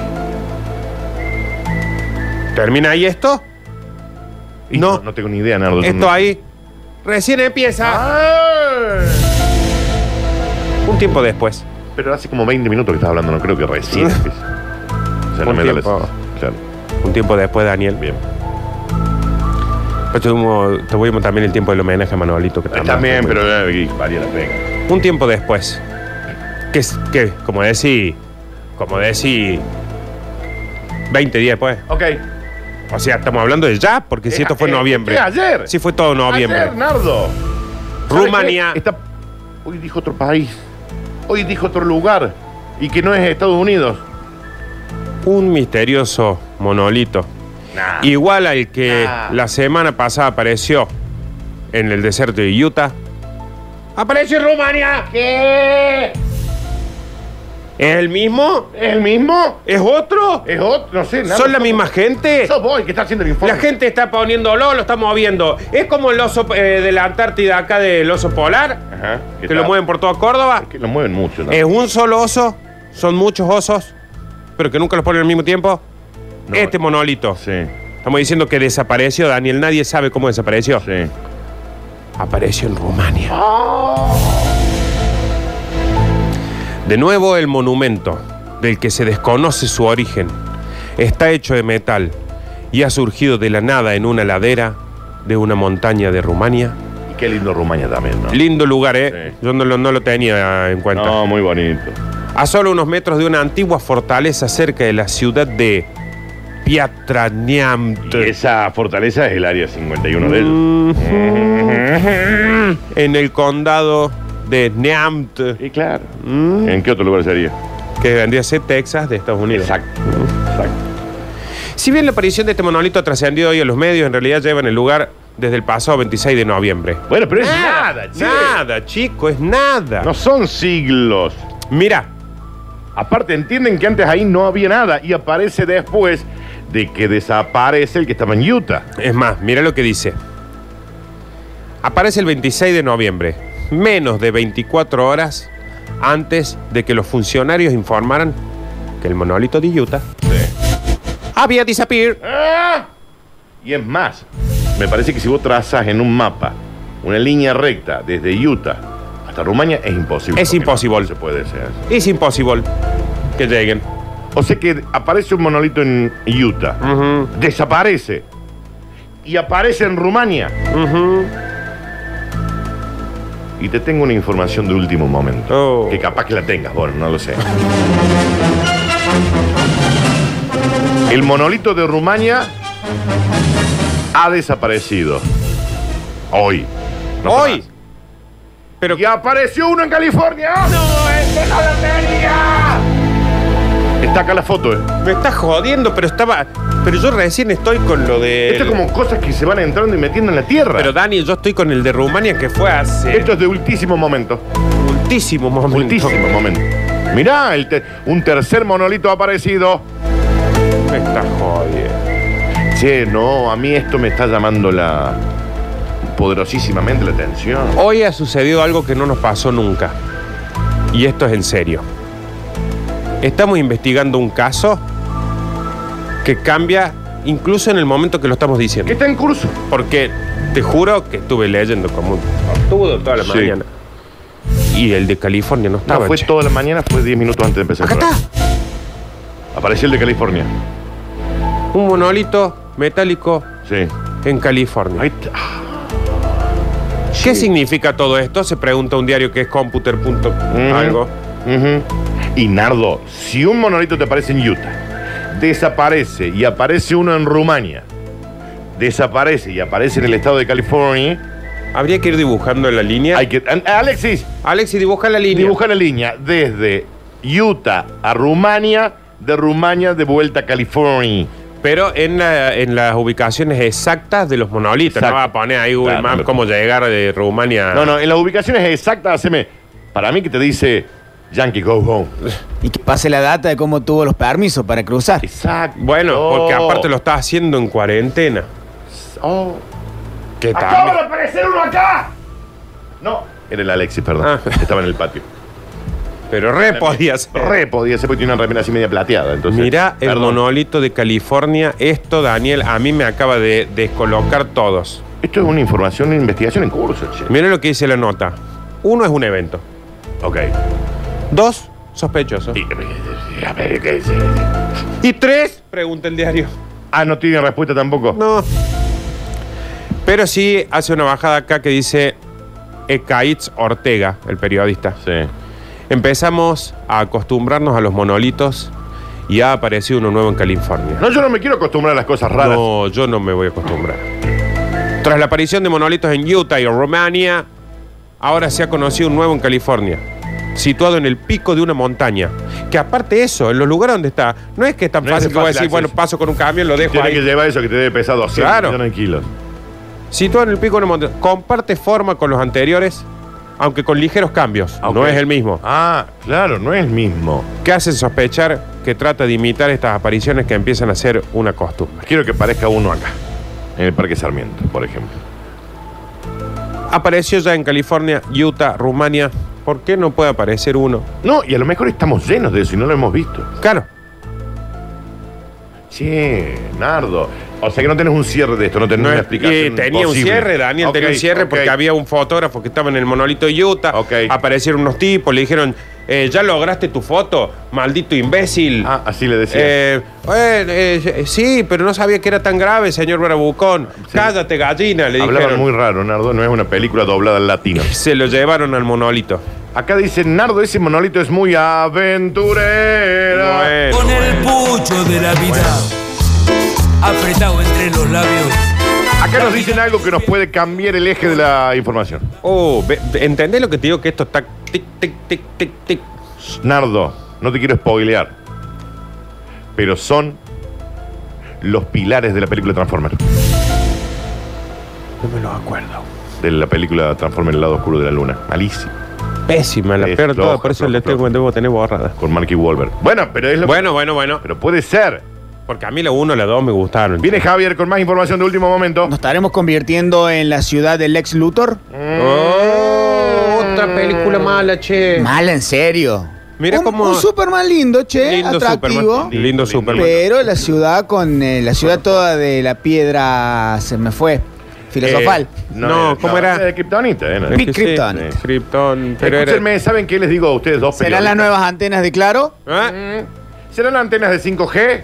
Speaker 2: ¿Termina ahí esto?
Speaker 1: Y
Speaker 2: No.
Speaker 1: No. no tengo ni idea, Nardo.
Speaker 2: Esto
Speaker 1: No- Ah.
Speaker 2: ahí recién empieza.
Speaker 1: Ay.
Speaker 2: Un tiempo después.
Speaker 1: Pero hace como 20 minutos que estás hablando, no creo que [laughs] recién. empiece. o sea, no
Speaker 2: Un
Speaker 1: me da la-
Speaker 2: tiempo.
Speaker 1: Claro,
Speaker 2: Un tiempo después, Daniel.
Speaker 1: bien.
Speaker 2: Pues tuvimos- tuvimos también el tiempo del homenaje a Manolito. Que también,
Speaker 1: Eh, También, pero eh, valía la pena.
Speaker 2: Un tiempo después. Que, es- que como decís, como decís, 20 días después.
Speaker 1: Ok.
Speaker 2: O sea, estamos hablando de ya, porque si
Speaker 1: Eh,
Speaker 2: esto fue en
Speaker 1: eh,
Speaker 2: noviembre.
Speaker 1: eh, ayer.
Speaker 2: Sí, fue todo en noviembre.
Speaker 1: Ayer, Nardo. ¿Sabe
Speaker 2: Rumanía.
Speaker 1: qué? Está- Hoy dijo otro país. Hoy dijo otro lugar. Y que no es Estados Unidos.
Speaker 2: Un misterioso monolito.
Speaker 1: Nah.
Speaker 2: Igual al que
Speaker 1: Ah.
Speaker 2: la semana pasada apareció en el desierto de Utah. ¡Apareció en Rumania!
Speaker 1: ¿Qué?
Speaker 2: ¿Es el mismo?
Speaker 1: ¿Es el mismo?
Speaker 2: ¿Es otro?
Speaker 1: ¿Es otro? No sé, Nardo.
Speaker 2: ¿Son la
Speaker 1: sos-
Speaker 2: misma gente?
Speaker 1: Sos vos el que está haciendo el informe.
Speaker 2: La gente está poniéndolo, lo está moviendo. Es como el oso eh, de la Antártida acá del oso polar,
Speaker 1: Ajá.
Speaker 2: que
Speaker 1: ¿qué
Speaker 2: lo
Speaker 1: tal?
Speaker 2: mueven por toda Córdoba.
Speaker 1: Que lo mueven mucho, Nardo.
Speaker 2: Es un solo oso, son muchos osos, pero que nunca los ponen al mismo tiempo.
Speaker 1: No.
Speaker 2: Este monolito.
Speaker 1: Sí,
Speaker 2: Estamos diciendo que desapareció, Daniel. Nadie sabe cómo desapareció.
Speaker 1: sí.
Speaker 2: Apareció en Rumania. De nuevo el monumento, del que se desconoce su origen, está hecho de metal y ha surgido de la nada en una ladera de una montaña de Rumania.
Speaker 1: Y qué lindo Rumania también, ¿no?
Speaker 2: Lindo lugar, ¿eh?
Speaker 1: Sí.
Speaker 2: Yo no lo, no lo tenía en cuenta.
Speaker 1: No, muy bonito.
Speaker 2: A solo unos metros de una antigua fortaleza cerca de la ciudad de
Speaker 1: Y
Speaker 2: Piatraniamte.
Speaker 1: esa fortaleza es el área 51 de
Speaker 2: Mm.
Speaker 1: ellos.
Speaker 2: [laughs] En el condado de Neamt,
Speaker 1: Y claro.
Speaker 2: Mm.
Speaker 1: ¿En qué otro lugar sería?
Speaker 2: que vendría a ser Texas de Estados Unidos.
Speaker 1: Exacto. Exacto.
Speaker 2: Si bien la aparición de este monolito ha trascendido hoy a los medios, en realidad lleva en el lugar desde el pasado 26 de noviembre.
Speaker 1: Bueno, pero es nada, che.
Speaker 2: Nada, chico, es nada.
Speaker 1: No son siglos.
Speaker 2: Mira,
Speaker 1: Aparte, entienden que antes ahí no había nada y aparece después de que desaparece el que estaba en Utah.
Speaker 2: es más, mira lo que dice. Aparece el 26 de noviembre, menos de 24 horas antes de que los funcionarios informaran que el monolito de Utah había disappeared.
Speaker 1: ¡Ah! Y es más, me parece que si vos trazas en un mapa una línea recta desde Utah hasta Rumania, es imposible.
Speaker 2: Es
Speaker 1: Porque no-
Speaker 2: imposible.
Speaker 1: no se puede hacer.
Speaker 2: Es imposible que lleguen.
Speaker 1: O sea que aparece un monolito en Utah,
Speaker 2: Ujú,
Speaker 1: desaparece y aparece en Rumania.
Speaker 2: ujú.
Speaker 1: Y te tengo una información de último momento.
Speaker 2: Oh.
Speaker 1: Que capaz que la tengas, bueno, no lo sé. El monolito de Rumania ha desaparecido. Hoy. No está
Speaker 2: Hoy.
Speaker 1: más.
Speaker 2: Pero
Speaker 1: Y apareció uno en California. ¡No, este no lo tenía! Está acá la foto, ¿eh?
Speaker 2: me estás jodiendo, pero estaba. Pero yo recién estoy con lo de.
Speaker 1: Esto es como cosas que se van entrando y metiendo en la tierra.
Speaker 2: Pero Dani, yo estoy con el de Rumania que fue hace
Speaker 1: Esto es de ultísimo momento.
Speaker 2: ultísimo momento.
Speaker 1: Ultísimo momento. Mirá, el te- un tercer monolito ha aparecido.
Speaker 2: Me está jodiendo.
Speaker 1: Che, no, a mí esto me está llamando la poderosísimamente la atención.
Speaker 2: Hoy ha sucedido algo que no nos pasó nunca. Y esto es en serio. Estamos investigando un caso que cambia incluso en el momento que lo estamos
Speaker 1: ¿Qué
Speaker 2: diciendo.
Speaker 1: está en curso?
Speaker 2: Porque te juro que estuve leyendo como un tortudo toda la
Speaker 1: Sí.
Speaker 2: mañana. Y el de California no
Speaker 1: No,
Speaker 2: estaba.
Speaker 1: fue
Speaker 2: che.
Speaker 1: toda la mañana, fue 10 minutos antes de empezar.
Speaker 2: Acá
Speaker 1: el programa.
Speaker 2: está.
Speaker 1: Apareció el de California.
Speaker 2: Un monolito metálico
Speaker 1: Sí.
Speaker 2: en California.
Speaker 1: Ahí está. Ah,
Speaker 2: ¿Qué significa todo esto? Se pregunta un diario que es computer. punto algo.
Speaker 1: ujú. Y Nardo, si un monolito te aparece en Utah, desaparece y aparece uno en Rumania, desaparece y aparece en el estado de California,
Speaker 2: Habría que ir dibujando la línea.
Speaker 1: hay que. An- Alexis,
Speaker 2: Alex, y dibuja la línea.
Speaker 1: dibuja la línea desde Utah a Rumania, de Rumania de vuelta a California.
Speaker 2: Pero en, la- en las ubicaciones exactas de los monolitos.
Speaker 1: Exacto.
Speaker 2: No va a poner ahí Google
Speaker 1: Claro,
Speaker 2: Maps
Speaker 1: no lo-
Speaker 2: cómo llegar de Rumania.
Speaker 1: No, no, en las ubicaciones exactas, haceme. Para mí que te dice Yankee Go Home.
Speaker 4: Y que pase la data de cómo tuvo los permisos para cruzar.
Speaker 1: Exacto.
Speaker 2: Bueno, porque aparte lo está haciendo en cuarentena.
Speaker 1: Oh.
Speaker 2: ¿Qué
Speaker 1: ¡Acaba de
Speaker 2: tal?
Speaker 1: aparecer uno acá! No. Era el Alexis, perdón.
Speaker 2: Ah.
Speaker 1: [laughs] Estaba en el patio.
Speaker 2: Pero re podía ser.
Speaker 1: Re podía ser porque tiene una remera así media plateada. Entonces,
Speaker 2: Mira el
Speaker 1: Perdón.
Speaker 2: monolito de California. Esto, Daniel, a mí me acaba de descolocar todos.
Speaker 1: Esto es una información, una investigación en curso, che.
Speaker 2: Mira lo que dice la nota. Uno es un evento.
Speaker 1: Ok.
Speaker 2: Dos, sospechosos.
Speaker 1: Y- a ver, ¿qué dice?
Speaker 2: ¿Y tres? Pregunta el diario.
Speaker 1: Ah, no tiene respuesta tampoco.
Speaker 2: No. Pero sí hace una bajada acá que dice Ecaitz Ortega, el periodista.
Speaker 1: Sí.
Speaker 2: Empezamos a acostumbrarnos a los monolitos y ha aparecido uno nuevo en California.
Speaker 1: No, yo no me quiero acostumbrar a las cosas raras.
Speaker 2: No, yo no me voy a acostumbrar. Tras la aparición de monolitos en Utah y en Rumania, ahora se ha conocido un nuevo en California, situado en el pico de una montaña. Que aparte eso, en los lugares donde está, no es que es tan
Speaker 1: No es
Speaker 2: fácil
Speaker 1: tan
Speaker 2: que voy a
Speaker 1: fácil
Speaker 2: decir, bueno,
Speaker 1: acceso.
Speaker 2: paso con un camión, lo dejo
Speaker 1: Tiene que
Speaker 2: ahí.
Speaker 1: llevar eso que te debe pesar 200
Speaker 2: Claro.
Speaker 1: millones de kilos.
Speaker 2: Situado en el pico de una montaña, comparte forma con los anteriores, aunque con ligeros cambios.
Speaker 1: Ah, ok.
Speaker 2: No es el mismo.
Speaker 1: Ah, claro, no es el mismo.
Speaker 2: Que hacen sospechar que trata de imitar estas apariciones que empiezan a ser una costumbre.
Speaker 1: Quiero que parezca uno acá, en el Parque Sarmiento, por ejemplo.
Speaker 2: Apareció ya en California, Utah, Rumania. ¿Por qué no puede aparecer uno?
Speaker 1: No, y a lo mejor estamos llenos de eso y no lo hemos visto.
Speaker 2: Claro.
Speaker 1: Che, Nardo. O sea que no tenés un cierre de esto, no tenés
Speaker 2: No
Speaker 1: una
Speaker 2: es-
Speaker 1: explicación.
Speaker 2: y tenía un
Speaker 1: posible.
Speaker 2: cierre, Daniel,
Speaker 1: Ok,
Speaker 2: tenía un cierre
Speaker 1: ok.
Speaker 2: porque había un fotógrafo que estaba en el monolito de Utah.
Speaker 1: Ok.
Speaker 2: Aparecieron unos tipos, le dijeron, eh, ya lograste tu foto, maldito imbécil.
Speaker 1: Ah, así le decía.
Speaker 2: Eh, eh, eh, sí, pero no sabía que era tan grave, señor Bravucón.
Speaker 1: Sí.
Speaker 2: Cállate, gallina, le
Speaker 1: Hablaban
Speaker 2: dijeron.
Speaker 1: muy raro, Nardo. No es una película doblada al latino.
Speaker 2: Se lo llevaron al monolito.
Speaker 1: Acá dice Nardo, ese monolito es muy aventurera.
Speaker 2: Bueno,
Speaker 5: Con el pucho de la vida apretado entre los labios.
Speaker 1: Acá nos dicen algo que nos puede cambiar el eje de la información.
Speaker 2: Oh, ve- ¿entendés lo que te digo? Que esto está tic, tic, tic, tic, tic.
Speaker 1: Nardo, no te quiero spoilear, pero son los pilares de la película Transformer.
Speaker 2: No me lo acuerdo.
Speaker 1: De la película Transformer el lado oscuro de la luna. Malísimo.
Speaker 2: Pésima, la
Speaker 1: Es
Speaker 2: peor de todas,
Speaker 1: floja,
Speaker 2: por eso
Speaker 1: floja,
Speaker 2: la tengo,
Speaker 1: floja.
Speaker 2: debo tener borrada.
Speaker 1: Con Marky Wahlberg. Bueno, pero es lo
Speaker 2: Bueno, bueno, bueno.
Speaker 1: Pero puede ser.
Speaker 2: Porque a mí la 1 la 2 me gustaron.
Speaker 1: Viene Javier con más información de último momento.
Speaker 4: ¿Nos estaremos convirtiendo en la ciudad del ex Luthor?
Speaker 1: Mm.
Speaker 2: Oh, otra película mala, che.
Speaker 4: Mala, en serio.
Speaker 2: Mira
Speaker 4: un,
Speaker 2: cómo-
Speaker 4: un Superman lindo, che,
Speaker 3: eh,
Speaker 2: Lindo
Speaker 4: atractivo.
Speaker 2: Superman. Lindo Superman.
Speaker 4: Pero la ciudad con eh, la ciudad toda de la piedra se me fue. Filosofal.
Speaker 1: Eh,
Speaker 2: No,
Speaker 1: eh,
Speaker 2: ¿cómo era?
Speaker 1: De Kryptonita, eh, no.
Speaker 2: Es que sí,
Speaker 4: Kryptonite.
Speaker 2: sí, Krypton, pero era-
Speaker 1: Escúchenme, ¿saben qué les digo a ustedes dos
Speaker 4: ¿Serán las
Speaker 1: periodistas?
Speaker 4: nuevas antenas de Claro?
Speaker 2: ¿Ah?
Speaker 1: ¿Serán antenas de 5G?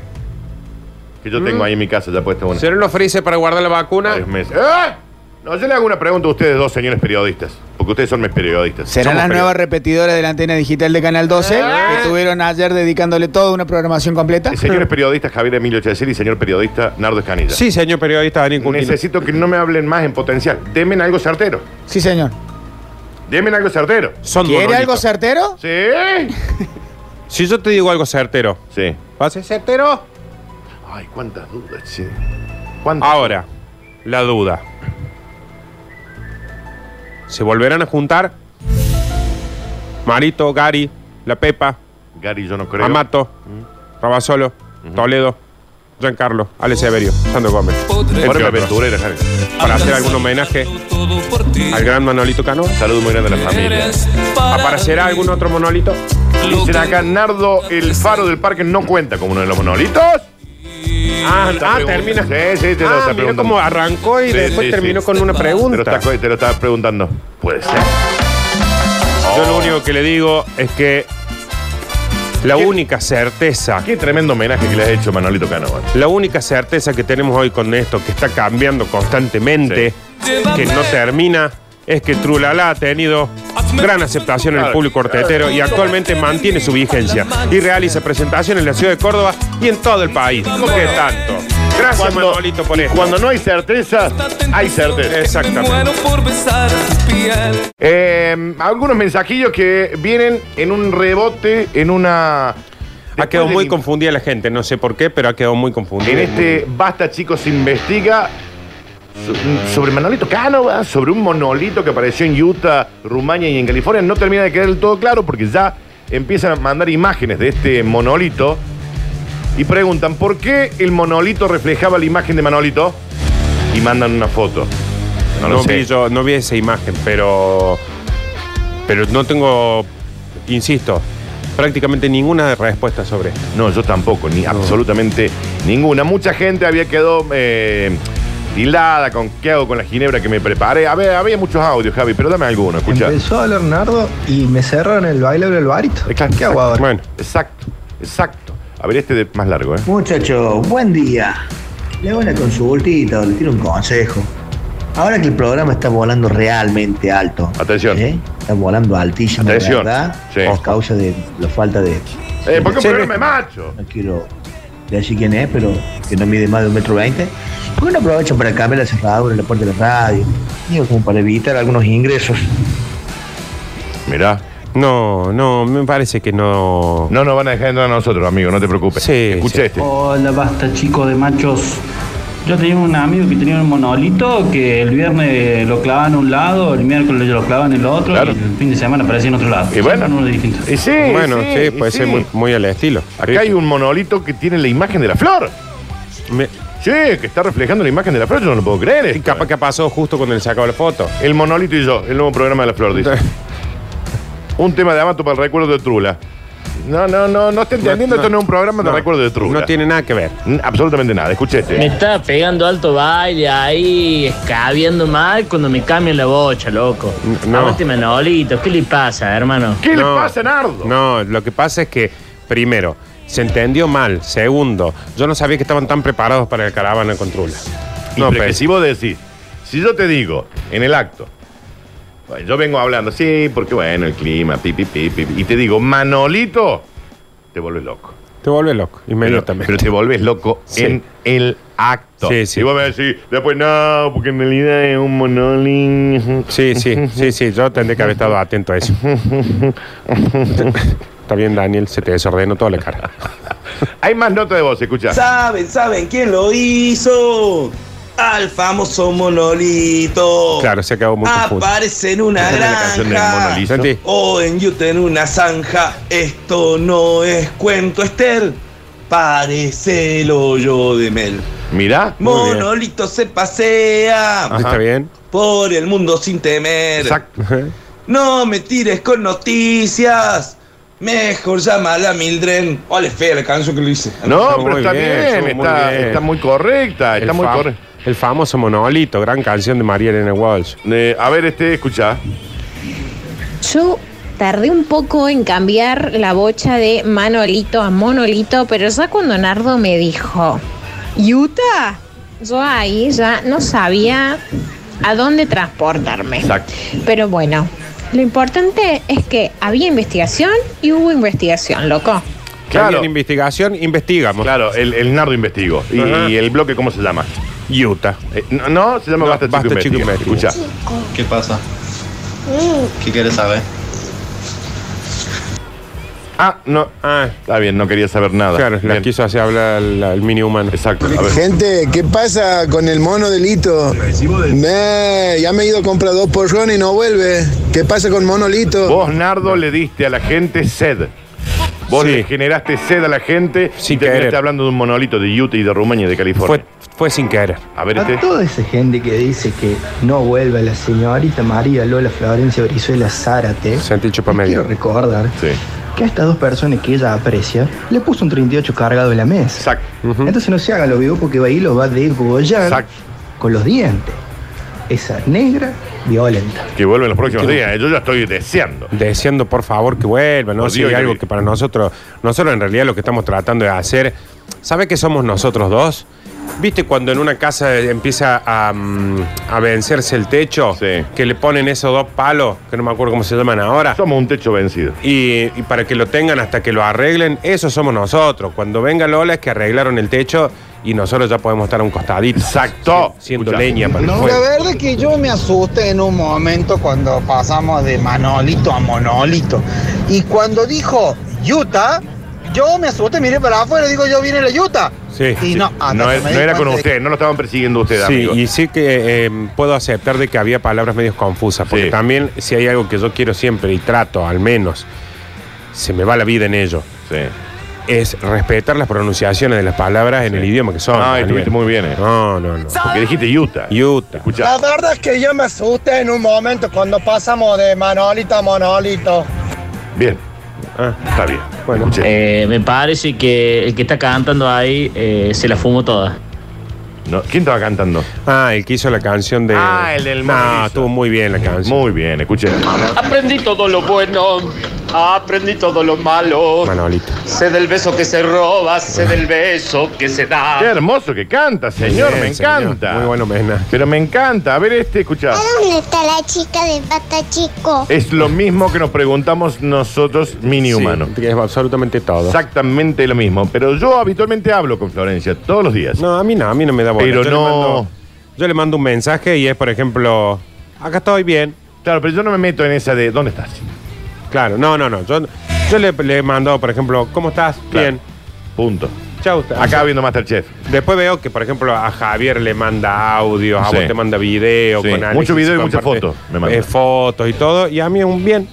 Speaker 1: Que yo
Speaker 2: Mm.
Speaker 1: tengo ahí en mi casa ya puesta una.
Speaker 2: ¿Serán los freezer para guardar la vacuna?
Speaker 1: Varios meses. ¡Ah! No, yo le hago una pregunta a ustedes dos, señores periodistas. Porque ustedes son mis periodistas.
Speaker 4: ¿Serán
Speaker 1: Somos
Speaker 4: las nuevas repetidoras de la antena digital de Canal 12
Speaker 2: Eh.
Speaker 4: que tuvieron ayer dedicándole toda una programación completa?
Speaker 1: periodistas. Señores periodistas, Javier Emilio Chesel y señor periodista Nardo Escanilla.
Speaker 2: Sí, señor periodista Daniel Curtino.
Speaker 1: Necesito que no me hablen más en potencial. Demen algo certero.
Speaker 4: Sí, señor.
Speaker 1: Demen algo certero.
Speaker 2: Son
Speaker 4: ¿Quiere
Speaker 2: monolitos.
Speaker 4: algo certero?
Speaker 1: Sí.
Speaker 2: Si yo te digo algo certero,
Speaker 1: Sí.
Speaker 2: ¿va a ser certero?
Speaker 1: Ay, cuántas dudas, che. ¿Cuántas?
Speaker 2: Ahora, la duda. ¿Se volverán a juntar? Marito, Gary, La Pepa,
Speaker 1: Gary, yo no creo.
Speaker 2: Amato,
Speaker 1: Mm.
Speaker 2: Rabasolo, Toledo, Giancarlo, Ale Severio, Sandro Gómez.
Speaker 5: Podré
Speaker 1: Ahora me
Speaker 2: Entre otros.
Speaker 1: aventurera, Javi.
Speaker 2: Para hacer algún homenaje
Speaker 5: Todo por ti.
Speaker 2: al gran Manolito Cano.
Speaker 1: Saludos muy grande a la familia.
Speaker 5: Eres para
Speaker 2: ¿Aparecerá
Speaker 5: mí
Speaker 2: algún otro monolito?
Speaker 5: lo
Speaker 1: Dicen
Speaker 5: que
Speaker 1: acá, Nardo, el faro del parque no cuenta como uno de los monolitos.
Speaker 2: Ah,
Speaker 1: Esta
Speaker 2: ah,
Speaker 1: pregunta.
Speaker 2: termina.
Speaker 1: Sí, sí, te lo
Speaker 2: ah,
Speaker 1: está
Speaker 2: mira
Speaker 1: preguntando.
Speaker 2: cómo arrancó y
Speaker 1: Sí,
Speaker 2: después
Speaker 1: sí,
Speaker 2: terminó
Speaker 1: sí.
Speaker 2: con una
Speaker 1: Te lo,
Speaker 2: pregunta.
Speaker 1: está- te lo estaba preguntando. Puede ser.
Speaker 2: Yo
Speaker 1: Oh.
Speaker 2: lo único que le digo es que la
Speaker 1: ¿Qué?
Speaker 2: única certeza,
Speaker 1: Qué tremendo homenaje que le has hecho Manolito Cano. eh.
Speaker 2: la única certeza que tenemos hoy con esto, que está cambiando constantemente, que no termina, es que Trulala ha tenido gran aceptación en el
Speaker 1: Claro.
Speaker 2: público hortetero y actualmente mantiene su vigencia y realiza presentaciones en la ciudad de Córdoba y en todo el país. ¿Por qué tanto? Gracias, Manolito, por
Speaker 1: y
Speaker 2: esto.
Speaker 1: cuando no hay certeza, hay certeza.
Speaker 5: Me
Speaker 2: Exactamente.
Speaker 5: muero por besar tu piel.
Speaker 1: Eh, algunos mensajillos que vienen en un rebote, en una.
Speaker 2: Ha quedado muy
Speaker 1: Después
Speaker 2: confundida la gente, no sé por qué, pero ha quedado muy confundida.
Speaker 1: del- En este Basta Chicos Investiga so- sobre Manolito Cánova, sobre un monolito que apareció en Utah, Rumania y en California, no termina de quedar del todo claro porque ya empiezan a mandar imágenes de este monolito y preguntan por qué el monolito reflejaba la imagen de Manolito y mandan una foto. No
Speaker 2: No,
Speaker 1: lo sé.
Speaker 2: vi yo, no vi esa imagen, pero. Pero no tengo, insisto, prácticamente ninguna respuesta sobre esto.
Speaker 1: No, yo tampoco, ni absolutamente ninguna. Mucha gente había quedado eh, hilada con qué hago con la ginebra que me preparé. A ver, había muchos audios, Javi, pero dame alguno, escucha.
Speaker 6: Empezó a hablar Nardo y me cerraron el baile del barito.
Speaker 1: Exacto,
Speaker 6: ¿Qué hago ahora?
Speaker 2: Bueno,
Speaker 1: Exacto, exacto. A ver, este de más largo, ¿eh?
Speaker 7: Muchachos, buen día. Le hago una consultita, le tiro un consejo. Ahora que el programa está volando realmente alto.
Speaker 1: Atención.
Speaker 7: ¿eh? Está volando altísimo,
Speaker 1: Atención,
Speaker 7: ¿verdad?
Speaker 1: sí.
Speaker 7: Por causa de la falta de...
Speaker 1: Eh, ¿Por qué un
Speaker 2: Sí,
Speaker 1: programa
Speaker 2: sí.
Speaker 1: de macho?
Speaker 7: No quiero decir quién es, pero que no mide más de un metro veinte. ¿Por qué no aprovechan para cambiar la cerradura en la puerta de la radio? Digo, como para evitar algunos ingresos.
Speaker 1: Mirá.
Speaker 2: no, no, me parece que no.
Speaker 1: No nos van a dejar entrar a nosotros, amigo, no te preocupes.
Speaker 2: Sí,
Speaker 1: Escucha
Speaker 2: sí.
Speaker 1: este.
Speaker 8: Hola, basta chico de machos. Yo tenía un amigo que tenía un monolito que el viernes lo clavaban en un lado, el miércoles lo clavaban en el otro
Speaker 1: Claro.
Speaker 8: y el fin de semana aparecía en otro lado.
Speaker 1: Y bueno.
Speaker 8: Siempre uno distinto.
Speaker 1: Y sí,
Speaker 2: bueno, sí,
Speaker 1: y
Speaker 2: puede
Speaker 1: sí.
Speaker 2: ser muy, muy al estilo.
Speaker 1: Acá hay un monolito que tiene la imagen de la flor.
Speaker 2: Me-
Speaker 1: Sí, que está reflejando la imagen de la flor, yo no lo puedo creer.
Speaker 2: y
Speaker 1: esto,
Speaker 2: capaz
Speaker 1: eh.
Speaker 2: que ha pasado justo cuando le sacaba la foto.
Speaker 1: El monolito y yo, el nuevo programa de la flor, dice. Un tema de Amato para el recuerdo de Trula. No, no, no, no está entendiendo. Esto no es un programa de recuerdo de Trujillo.
Speaker 2: No tiene nada que ver.
Speaker 1: Absolutamente nada. Escuche
Speaker 9: Me
Speaker 1: este.
Speaker 9: está pegando alto baile ahí, escabiando mal cuando me cambian la bocha, loco.
Speaker 2: No.
Speaker 9: No. Manolito, ¿qué le pasa, hermano?
Speaker 1: ¿Qué
Speaker 2: No.
Speaker 1: le pasa, Nardo?
Speaker 2: No, lo que pasa es que, primero, se entendió mal. Segundo, yo no sabía que estaban tan preparados para el caravana con Trula.
Speaker 1: Y
Speaker 2: No,
Speaker 1: porque
Speaker 2: pero-
Speaker 1: si vos decís, si yo te digo en el acto, bueno, yo vengo hablando, sí, porque bueno, el clima, pi, pi, pi, pi, pi, y te digo, Manolito, te vuelves loco.
Speaker 2: Te vuelve loco,
Speaker 1: Pero,
Speaker 2: inmediatamente.
Speaker 1: pero te vuelves loco
Speaker 2: Sí.
Speaker 1: en el acto.
Speaker 2: Sí, sí.
Speaker 1: Y vos me decís, después no, porque en realidad es un monolín. [laughs]
Speaker 2: Sí, sí, sí, sí, yo tendría que haber estado atento a eso. Está bien, Daniel, se te desordenó toda la cara.
Speaker 1: Hay más notas de voz, escucha.
Speaker 10: ¿Saben, saben quién lo hizo? Al famoso monolito.
Speaker 2: Claro, se acabó mucho fútbol.
Speaker 10: Aparece en una
Speaker 1: Esa es la canción del
Speaker 10: granja.
Speaker 1: monolito.
Speaker 2: Santi,
Speaker 10: O en Utah en una zanja. Esto no es cuento, Esther. Parece el hoyo de Mel.
Speaker 1: Mirá.
Speaker 2: Muy bien.
Speaker 10: Monolito se pasea
Speaker 2: ¿está bien?
Speaker 10: por el mundo sin temer.
Speaker 1: Exacto.
Speaker 10: No me tires con noticias. Mejor llama a la Mildren. Ole, fea la canción que lo hice.
Speaker 1: No,
Speaker 2: Muy
Speaker 1: pero está
Speaker 2: bien,
Speaker 1: bien,
Speaker 2: estuvo muy
Speaker 1: está,
Speaker 2: bien.
Speaker 1: está muy correcta, está
Speaker 2: El
Speaker 1: muy
Speaker 2: fam-
Speaker 1: correcta.
Speaker 2: El famoso monolito, gran canción de María Elena Walsh.
Speaker 1: Eh, a ver, este, escucha.
Speaker 11: Yo tardé un poco en cambiar la bocha de Manolito a Monolito, pero ya cuando Nardo me dijo, Utah, yo ahí ya no sabía a dónde transportarme.
Speaker 1: Exacto.
Speaker 11: Pero bueno, lo importante es que había investigación y hubo investigación, loco.
Speaker 1: Claro.
Speaker 2: En investigación, investigamos.
Speaker 1: Claro, el, el Nardo investigó. Y,
Speaker 2: Ajá.
Speaker 1: y el bloque cómo se llama?
Speaker 2: Utah.
Speaker 1: Eh, no, no, se llama
Speaker 2: No,
Speaker 1: Basta,
Speaker 2: Basta
Speaker 1: Chico,
Speaker 2: Chico
Speaker 1: Investiga.
Speaker 2: Investiga.
Speaker 1: Escucha.
Speaker 6: ¿Qué pasa? ¿Qué quieres saber?
Speaker 1: Ah, no.
Speaker 2: Ah,
Speaker 1: Está bien, no quería saber nada.
Speaker 2: claro, la
Speaker 1: Bien.
Speaker 2: quiso hacer hablar al, al mini humano.
Speaker 1: Exacto. A ver.
Speaker 3: Gente, ¿qué pasa con el mono delito? Me, ya me he ido a comprar dos porrones y no vuelve. ¿Qué pasa con monolito?
Speaker 1: Vos, Nardo, le diste a la gente sed. Vos
Speaker 2: Sí.
Speaker 1: le generaste sed a la gente
Speaker 2: Sin
Speaker 1: y terminaste
Speaker 2: querer.
Speaker 1: hablando de un monolito de Utah y de Rumania y de
Speaker 2: Fue,
Speaker 1: California.
Speaker 2: fue sin querer.
Speaker 1: A ver,
Speaker 6: A
Speaker 1: este.
Speaker 6: toda esa gente que dice que no vuelva la señorita María Lola Florencia Brizuela Zárate,
Speaker 2: Santi chupa
Speaker 6: quiero
Speaker 2: medio.
Speaker 6: recordar
Speaker 1: Sí.
Speaker 6: que a estas dos personas que ella aprecia le puso un 38 cargado en la mesa.
Speaker 1: Exacto.
Speaker 6: Entonces no se hagan los vivos porque ahí lo va a degollar
Speaker 1: Exacto.
Speaker 6: con los dientes. Esa negra violenta.
Speaker 1: Que vuelve en los próximos días. Yo ya estoy deseando.
Speaker 2: Deseando, por favor, que vuelva, ¿no?
Speaker 1: Por
Speaker 2: Si
Speaker 1: Dios,
Speaker 2: hay
Speaker 1: ya
Speaker 2: algo
Speaker 1: vi.
Speaker 2: que para nosotros, nosotros en realidad lo que estamos tratando de hacer, ¿sabe qué somos nosotros dos? ¿Viste cuando en una casa empieza a, mm, a vencerse el techo?
Speaker 1: Sí.
Speaker 2: Que le ponen esos dos palos, que no me acuerdo cómo se llaman ahora.
Speaker 1: Somos un techo vencido.
Speaker 2: Y, y para que lo tengan hasta que lo arreglen, eso somos nosotros. Cuando venga Lola es que arreglaron el techo y nosotros ya podemos estar a un costadito.
Speaker 1: Exacto.
Speaker 2: Si- Siendo
Speaker 1: Escuchá.
Speaker 2: leña para el
Speaker 1: Pues
Speaker 3: La
Speaker 2: fuego.
Speaker 3: verdad es que yo me asusté en un momento cuando pasamos de Manolito a Monolito. Y cuando dijo Utah, yo me asusté, miré para afuera y digo, yo viene la Utah.
Speaker 2: Sí.
Speaker 3: Y Ah, no, hasta
Speaker 1: No,
Speaker 3: que
Speaker 1: es-
Speaker 3: me
Speaker 1: no
Speaker 3: di
Speaker 1: era con
Speaker 3: cuenta de
Speaker 1: usted, no lo estaban persiguiendo ustedes,
Speaker 2: Sí,
Speaker 1: amigo.
Speaker 2: y sí que eh, puedo aceptar de que había palabras medio confusas, porque
Speaker 1: Sí.
Speaker 2: también si hay algo que yo quiero siempre y trato, al menos, se me va la vida en ello,
Speaker 1: Sí.
Speaker 2: es respetar las pronunciaciones de las palabras en el idioma que son.
Speaker 1: Ah,
Speaker 2: Daniel.
Speaker 1: estuviste muy bien, eh.
Speaker 2: No, no, no.
Speaker 1: Porque dijiste Utah.
Speaker 2: Utah.
Speaker 1: Escucha.
Speaker 3: La verdad es que yo me asusté en un momento cuando pasamos de Manolito a Monolito.
Speaker 1: Bien.
Speaker 2: Ah,
Speaker 1: Está bien.
Speaker 2: Bueno.
Speaker 1: Escuche.
Speaker 9: Eh, me parece que el que está cantando ahí eh, se la fumó toda.
Speaker 1: No, ¿Quién estaba cantando?
Speaker 2: Ah, el que hizo la canción de.
Speaker 1: Ah, el del
Speaker 2: No,
Speaker 1: Mona Lisa.
Speaker 2: estuvo muy bien la canción.
Speaker 1: Muy bien, escuche.
Speaker 10: Aprendí todo lo bueno, aprendí todo lo malo.
Speaker 2: Manolito.
Speaker 10: Sé del beso que se roba, sé del beso que se da.
Speaker 1: Qué hermoso que canta, señor,
Speaker 2: Bien,
Speaker 1: me
Speaker 2: señor.
Speaker 1: encanta.
Speaker 2: Muy buen homenaje.
Speaker 1: Pero me encanta. A ver este, escucha.
Speaker 11: ¿Dónde está la chica de pata chico?
Speaker 1: Es lo mismo que nos preguntamos nosotros, mini
Speaker 2: Sí,
Speaker 1: humano.
Speaker 2: que es absolutamente todo.
Speaker 1: Exactamente lo mismo. Pero yo habitualmente hablo con Florencia todos los días.
Speaker 2: No, a mí no, a mí no me da bola.
Speaker 1: Pero
Speaker 2: yo
Speaker 1: no.
Speaker 2: Le mando, yo le mando un mensaje y es, por ejemplo, acá estoy bien.
Speaker 1: Claro, pero yo no me meto en esa de ¿dónde estás?
Speaker 2: Claro, no, no, no. Yo, yo le, le he mandado, por ejemplo, ¿cómo estás?
Speaker 1: Claro.
Speaker 2: Bien.
Speaker 1: Punto.
Speaker 2: Chau.
Speaker 1: Acá viendo Masterchef.
Speaker 2: Después veo que, por ejemplo, a Javier le manda audios, a
Speaker 1: Sí.
Speaker 2: vos te manda video.
Speaker 1: Sí.
Speaker 2: con Alexis
Speaker 1: Mucho video y
Speaker 2: comparte,
Speaker 1: mucha foto me manda.
Speaker 2: eh, fotos y todo. Y a mí es un bien.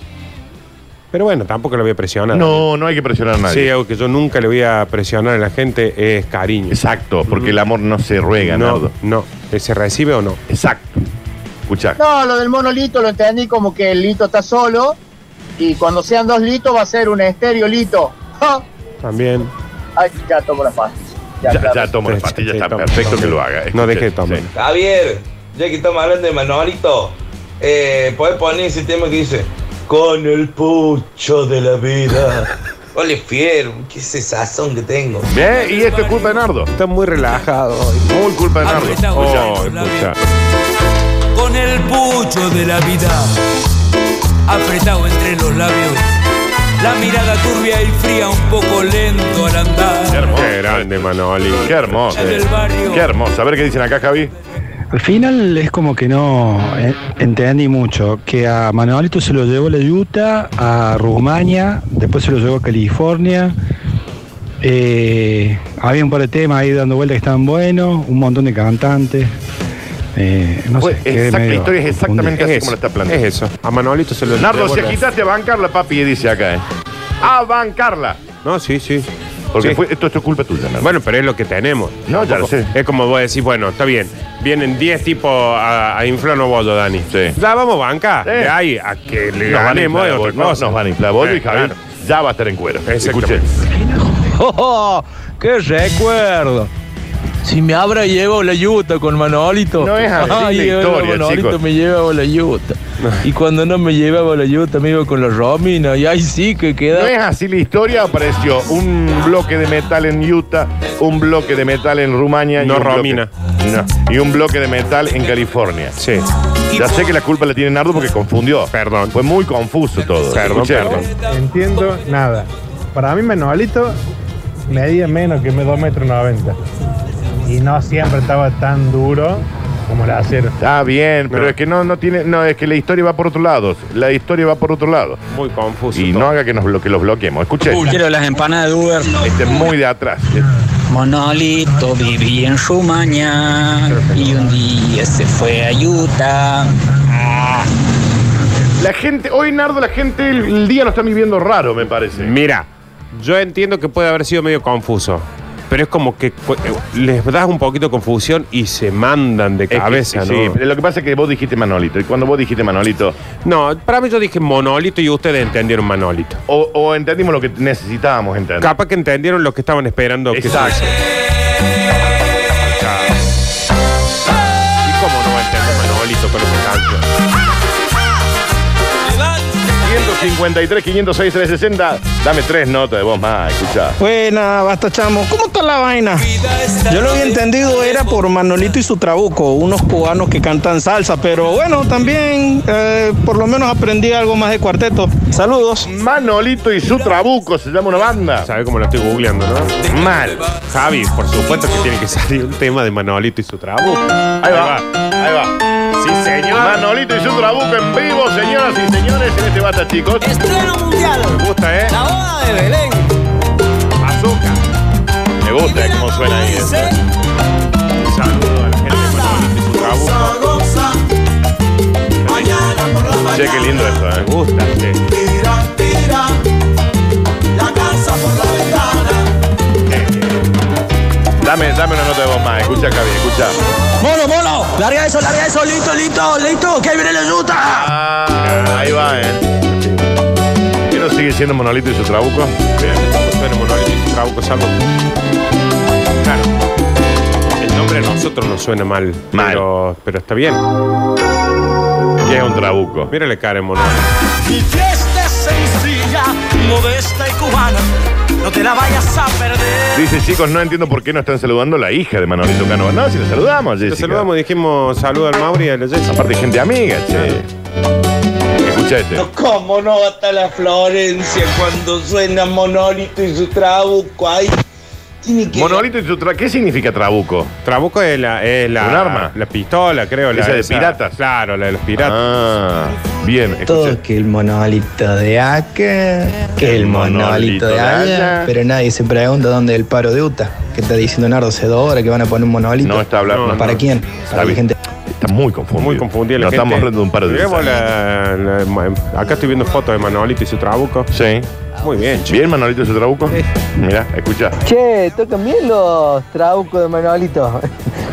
Speaker 2: Pero bueno, tampoco lo voy a presionar.
Speaker 1: No, no hay que presionar a
Speaker 2: Sí,
Speaker 1: nadie.
Speaker 2: algo que yo nunca le voy a presionar a la gente es cariño.
Speaker 1: Exacto, porque el amor no se ruega,
Speaker 2: No,
Speaker 1: Nardo.
Speaker 2: no. eh, ¿Se recibe o no?
Speaker 1: Exacto. Escucha.
Speaker 3: No, lo del monolito lo entendí como que el lito [laughs] está solo. Y cuando sean dos litos va a ser un estéreo lito.
Speaker 2: También.
Speaker 12: Ay, ya tomo la paz.
Speaker 1: Ya, ya, tomo la pastilla, está perfecto que lo haga.
Speaker 2: No deje de tomar.
Speaker 10: Javier, ya que estamos hablando de Manolito, eh, puedes poner ese tema que dice: Con el pucho de
Speaker 13: [laughs]
Speaker 10: la vida. Ole, fiero, qué ese sazón que tengo.
Speaker 1: Bien, y esto es culpa de Nardo.
Speaker 2: Está muy relajado hoy.
Speaker 1: Muy culpa de Nardo.
Speaker 2: Oh, escucha.
Speaker 5: Con el pucho de la vida, apretado entre los labios. La mirada turbia y fría, un poco lento al andar.
Speaker 1: Qué
Speaker 2: Qué
Speaker 1: hermoso.
Speaker 2: grande, Manoli.
Speaker 1: Qué hermoso. Qué hermoso. A ver qué dicen acá, Javi.
Speaker 14: Al final es como que no eh, entendí mucho, que a Manolito se lo llevó a la Utah, a Rumania, después se lo llevó a California. Eh, había un par de temas ahí dando vueltas que estaban buenos, un montón de cantantes. Eh, no
Speaker 1: Pues,
Speaker 14: sé, quedé
Speaker 1: exacta- la
Speaker 14: medio
Speaker 1: historia es exactamente
Speaker 14: confundido.
Speaker 1: así como la está planteando.
Speaker 2: Es eso. A Manolito se lo
Speaker 1: Nardo,
Speaker 2: llevó
Speaker 1: si
Speaker 2: la-
Speaker 1: agitaste a bancarla, papi, dice acá, ¿eh? A bancarla.
Speaker 2: No, sí, sí.
Speaker 1: Porque
Speaker 2: Sí.
Speaker 1: fue- esto, esto es culpa tuya, Nardo.
Speaker 2: Bueno, pero es lo que tenemos.
Speaker 1: No, ya lo sé.
Speaker 2: Es como vos decís, bueno, está bien. Vienen 10 tipos a, a inflar un bollo, Dani.
Speaker 1: Sí.
Speaker 2: Ya vamos, banca.
Speaker 1: Sí.
Speaker 2: De ahí a que le
Speaker 1: Nos van a inflar
Speaker 2: ganemos es
Speaker 1: la
Speaker 2: otra
Speaker 1: bollo,
Speaker 2: cosa.
Speaker 1: nos van a inflar la bollo y
Speaker 2: Eh,
Speaker 1: Javier
Speaker 2: claro.
Speaker 1: ya va a estar en cuero.
Speaker 2: Exactamente.
Speaker 1: Escuchen.
Speaker 13: ¡Oh! ¡Qué recuerdo! Si me abra, llevo la yuta con Manolito.
Speaker 1: No es así
Speaker 13: Ay,
Speaker 1: la
Speaker 13: llevo
Speaker 1: historia,
Speaker 13: Manolito
Speaker 1: chicos.
Speaker 13: me llevaba la yuta. Y cuando no me llevaba la yuta, me iba con la Romina. Y ahí sí que queda.
Speaker 1: No es así la historia, apareció un bloque de metal en Utah, un bloque de metal en Rumania.
Speaker 2: No,
Speaker 1: un bloque-
Speaker 2: Romina.
Speaker 1: no, y un bloque de metal en California.
Speaker 2: Sí.
Speaker 1: Ya sé que la culpa la tiene Nardo porque confundió. Perdón. Fue muy confuso todo.
Speaker 2: Perdón,
Speaker 1: Escuchen.
Speaker 2: perdón.
Speaker 15: Entiendo nada. Para mí Manolito medía menos que 2 metros 90. Y no siempre estaba tan duro como la acero.
Speaker 1: Está bien, pero es que no, no tiene. No, es que la historia va por otro lado. La historia va por otro lado.
Speaker 2: Muy confuso.
Speaker 1: Y no haga que, nos blo- que los bloqueemos. Escuchen.
Speaker 16: Quiero las empanadas de Uber.
Speaker 1: Este es muy de atrás.
Speaker 16: Monolito vivía en Rumania y un día se fue a Utah.
Speaker 1: La gente, hoy Nardo, la gente el, el día lo está viviendo raro, me parece.
Speaker 2: Mira, yo entiendo que puede haber sido medio confuso. Pero es como que cu- eh, les das un poquito de confusión y se mandan de
Speaker 1: Es que-
Speaker 2: cabeza,
Speaker 1: sí,
Speaker 2: ¿no?
Speaker 1: pero lo que pasa es que vos dijiste Manolito. Y cuando vos dijiste Manolito,
Speaker 2: No, para mí yo dije monolito y ustedes entendieron monolito.
Speaker 1: o, o entendimos lo que necesitábamos entender.
Speaker 2: Capaz que entendieron lo que estaban esperando. que
Speaker 1: Exacto.
Speaker 2: ¿Y cómo no va a entender Manolito con esa canción?
Speaker 1: 153, 506, 360. Dame tres notas de vos más, escuchá.
Speaker 2: Pues-
Speaker 17: Buena, basta chamo. ¿Cómo está la vaina? Yo lo había entendido era por Manolito y su trabuco, unos cubanos que cantan salsa, pero bueno, también eh, por lo menos aprendí algo más de cuarteto. Saludos.
Speaker 1: Manolito y su trabuco se llama una banda.
Speaker 2: ¿Sabe cómo lo estoy googleando, no? Mal. Javi, por supuesto que tiene que salir un tema de Manolito y su trabuco.
Speaker 1: Ahí va, ahí va.
Speaker 2: Sí, señor.
Speaker 1: Manolito y su trabuco en vivo, señoras y señores, en este bata, chicos.
Speaker 5: Estreno mundial.
Speaker 1: Me gusta, ¿eh?
Speaker 5: La boda de Belén.
Speaker 2: Azúcar.
Speaker 1: Me gusta eh, cómo suena ahí. eso.
Speaker 2: Saludos a la gente de Manolito y su trabuco.
Speaker 1: Che, qué lindo esto, ¿eh?
Speaker 2: Me gusta, sí.
Speaker 1: Dame, dame una nota de vos más, escucha, Javi, escucha.
Speaker 16: ¡Molo, molo! ¡Larga eso, larga eso! ¡Listo, listo, listo! ¡Que ahí viene la yuta!
Speaker 1: Ah, ahí va, ¿eh? ¿Quién no sigue siendo Manolito y su trabuco?
Speaker 2: Bueno, Manolito y su trabuco, salvo. Claro. El nombre a nosotros nos suena mal. Pero, pero está bien.
Speaker 1: Y es un trabuco.
Speaker 2: Mira la cara de Manolito.
Speaker 5: Mi fiesta es sencilla, modesta y cubana. No te la vayas a perder.
Speaker 1: Dice, chicos, no entiendo por qué no están saludando a la hija de Manolito Cano. No, si la saludamos,
Speaker 2: Te
Speaker 1: Jessica.
Speaker 2: saludamos, dijimos saludo al Mauri y a la Jessica.
Speaker 1: Aparte, gente amiga, che. Escucha este.
Speaker 10: ¿Cómo no hasta la Florencia cuando suena Monolito y su trabuco ahí? Tiene que
Speaker 1: Monolito y su tra... ¿Qué significa trabuco?
Speaker 2: Trabuco es la, es la.
Speaker 1: ¿Un arma?
Speaker 2: La pistola, creo. La,
Speaker 1: Esa de piratas.
Speaker 2: Claro, la de los piratas.
Speaker 1: Ah, bien, escucha.
Speaker 6: Todo que el monolito de acá, que el monolito de allá. Pero nadie se pregunta dónde es el paro de Utah. ¿Qué está diciendo Nardo? ¿Se ahora que van a poner un monolito?
Speaker 1: No está hablando.
Speaker 6: ¿Para
Speaker 1: no.
Speaker 6: quién?
Speaker 1: Está,
Speaker 6: Para la
Speaker 1: bien.
Speaker 6: gente.
Speaker 1: Está muy confundido.
Speaker 2: Muy confundida la
Speaker 1: No
Speaker 2: gente.
Speaker 1: estamos hablando de un par de
Speaker 2: Miremos
Speaker 1: desastres.
Speaker 2: la- la- ma- Acá estoy viendo fotos de Manolito y su trabuco.
Speaker 1: Sí.
Speaker 2: Muy bien, chico.
Speaker 1: ¿Bien, Manolito y su trabuco? Mira, escucha.
Speaker 18: Che, tocan bien los trabucos de [laughs] Manolito.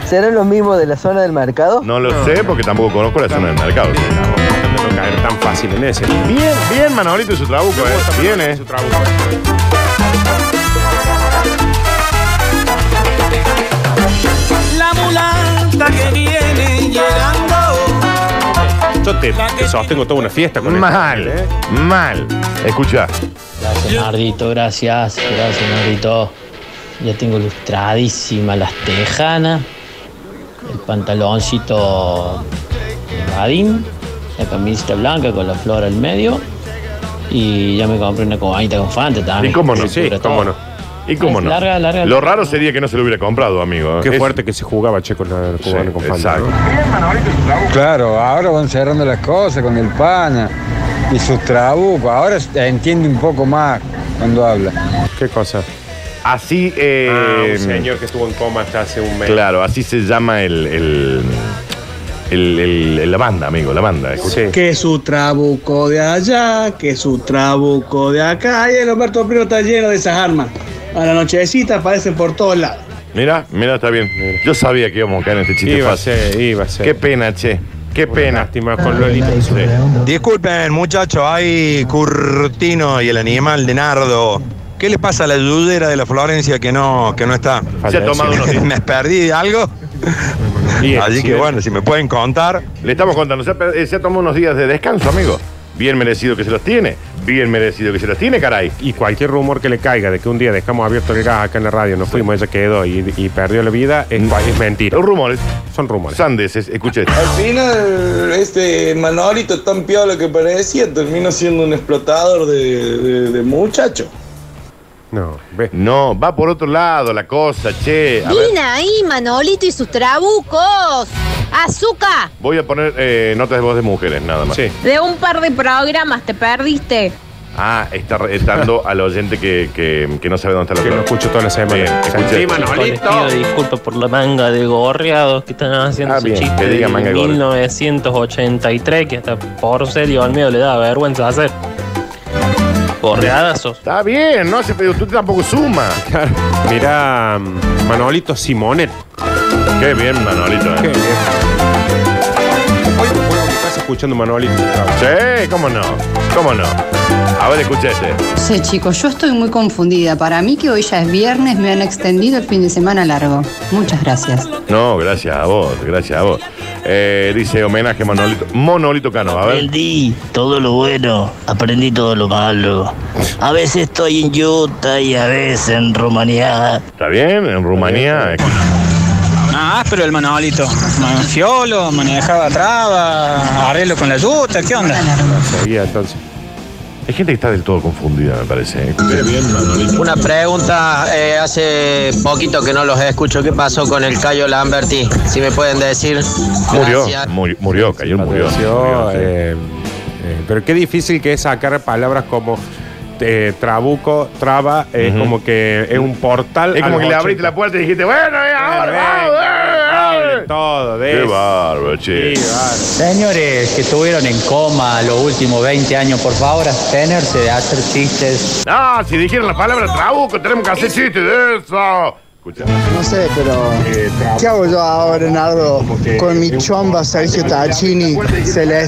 Speaker 18: ¿Serán los mismos de la zona del mercado?
Speaker 1: No lo sé porque tampoco conozco la zona del mercado.
Speaker 2: No me caer tan fácil en ese.
Speaker 1: Bien, bien, Manolito y su trabuco, eh. Bien, eh.
Speaker 2: Yo te, te sostengo toda una fiesta con él.
Speaker 1: Mal, mal. Escucha.
Speaker 19: Gracias, Nardito, gracias. Gracias, Nardito. Ya tengo lustradísima las tejanas, el pantaloncito de Vadim, la camiseta blanca con la flor al medio. Y ya me compré una cobanita con Fanta también.
Speaker 1: ¿Y cómo no?
Speaker 19: que se
Speaker 1: Sí,
Speaker 19: cura
Speaker 1: cómo
Speaker 19: todo.
Speaker 1: no. ¿Y cómo no?
Speaker 19: Larga, larga,
Speaker 1: Lo
Speaker 19: larga.
Speaker 1: raro sería que no se lo hubiera comprado, amigo. ¿eh?
Speaker 2: Qué
Speaker 1: Es-
Speaker 2: fuerte que se jugaba, che, con la
Speaker 1: Sí,
Speaker 2: cubana con Fanta,
Speaker 1: exacto.
Speaker 2: ¿no?
Speaker 20: Claro, ahora van cerrando las cosas con el pana y sus trabucos. Ahora entiende un poco más cuando habla.
Speaker 2: ¿Qué cosa?
Speaker 1: Así.
Speaker 2: Ah,
Speaker 1: eh,
Speaker 2: un señor que estuvo en coma hasta hace un mes.
Speaker 1: Claro, así se llama el, el, el- el- la banda, amigo, la banda. escucha.
Speaker 17: Que su trabuco de allá, que su trabuco de acá. Y el Humberto Primo está lleno de esas armas. A la nochecita aparecen por todos lados.
Speaker 1: Mira, mira, está bien. Yo sabía que íbamos a caer en este chiste
Speaker 2: Iba a
Speaker 1: fácil.
Speaker 2: ser, iba a ser.
Speaker 1: Qué pena, che. Qué pena.
Speaker 2: con Lolita.
Speaker 21: Disculpen, muchachos, hay Curtino y el animal de Nardo. ¿Qué le pasa a la yudera de la Florencia que no, que no está? [laughs]
Speaker 1: Se ha tomado
Speaker 2: [laughs]
Speaker 1: unos días.
Speaker 21: ¿Me perdí de algo? Así
Speaker 2: eh.
Speaker 21: que bueno, si me pueden contar.
Speaker 1: Le estamos contando. Se ha, per- eh, se ha tomado unos días de descanso, amigo. Bien merecido que se los tiene. Bien merecido que se los tiene, caray.
Speaker 2: Y cualquier rumor que le caiga de que un día dejamos abierto el gas acá en la radio, nos fuimos, ella quedó y, y perdió la vida, es, es mentira.
Speaker 1: Mm. Son rumores.
Speaker 2: Son rumores.
Speaker 1: Sandes, escuché.
Speaker 10: Al final, este Manolito tan piola que parecía terminó siendo un explotador de, de- de muchacho.
Speaker 2: No,
Speaker 1: No, va por otro lado la cosa, che. A ver,
Speaker 22: Vine ahí, Manolito y sus trabucos. Azúcar,
Speaker 1: voy a poner eh, notas de voz de mujeres, nada más. Sí.
Speaker 11: De un par de programas te perdiste.
Speaker 1: Ah, está [laughs] retando al oyente que, que- que no sabe dónde está la Que lo
Speaker 2: escucho toda la semana.
Speaker 1: escuché.
Speaker 9: Les pido disculpas por la manga de gorreados que están haciendo
Speaker 1: Ah,
Speaker 9: ese
Speaker 1: bien,
Speaker 9: chiste
Speaker 1: que diga
Speaker 9: de
Speaker 1: manga de gorreado.
Speaker 9: 1983 que hasta por serio al miedo le da vergüenza hacer. Gorreadazos.
Speaker 1: Está bien, no hace, pero tú tampoco suma.
Speaker 2: Mira, mm, Manolito Simonet.
Speaker 1: Qué bien, Manolito. eh.
Speaker 2: Qué bien. Hoy me acuerdo que estás escuchando Manolito. Ah,
Speaker 1: Sí, cómo no. Cómo no. A ver, escuché este.
Speaker 23: Sí, chicos, yo estoy muy confundida. Para mí que hoy ya es viernes, me han extendido el fin de semana largo. Muchas gracias.
Speaker 1: No, gracias a vos, gracias a vos. Eh, dice homenaje a Manolito. Monolito Cano, a ver.
Speaker 24: Aprendí todo lo bueno, aprendí todo lo malo. A veces estoy en Utah y a veces en Rumanía.
Speaker 1: Está bien, en Rumanía. eh,
Speaker 23: Ah, pero el Manolito. Manfiolo, manejaba traba, arreglo con la yuta, ¿qué onda?
Speaker 2: Seguía entonces.
Speaker 1: Hay gente que está del todo confundida, me parece. eh.
Speaker 25: Una pregunta, eh, hace poquito que no los escucho, ¿qué pasó con el Cayo Lamberti? Si me pueden decir.
Speaker 1: Murió,
Speaker 25: Gracias.
Speaker 1: murió, murió, cayó, murió.
Speaker 2: Padeció,
Speaker 1: murió, sí.
Speaker 2: eh, eh, pero qué difícil que es sacar palabras como eh, trabuco, traba, es como que es un portal.
Speaker 1: Es como
Speaker 2: a los
Speaker 1: que le
Speaker 2: 80.
Speaker 1: abriste la puerta y dijiste, bueno, eh, ahora,
Speaker 2: Hable todo de
Speaker 1: Qué
Speaker 2: eso.
Speaker 1: bárbaro, che.
Speaker 23: Señores que estuvieron en coma los últimos 20 años, por favor, abstenerse de hacer chistes.
Speaker 1: Ah, si dijeron la palabra trabuco, tenemos que hacer chistes de eso. Escucha.
Speaker 3: No sé, pero
Speaker 15: Eh,
Speaker 3: ¿qué hago yo ahora, Nardo? Con mi chomba Sergio Tachini,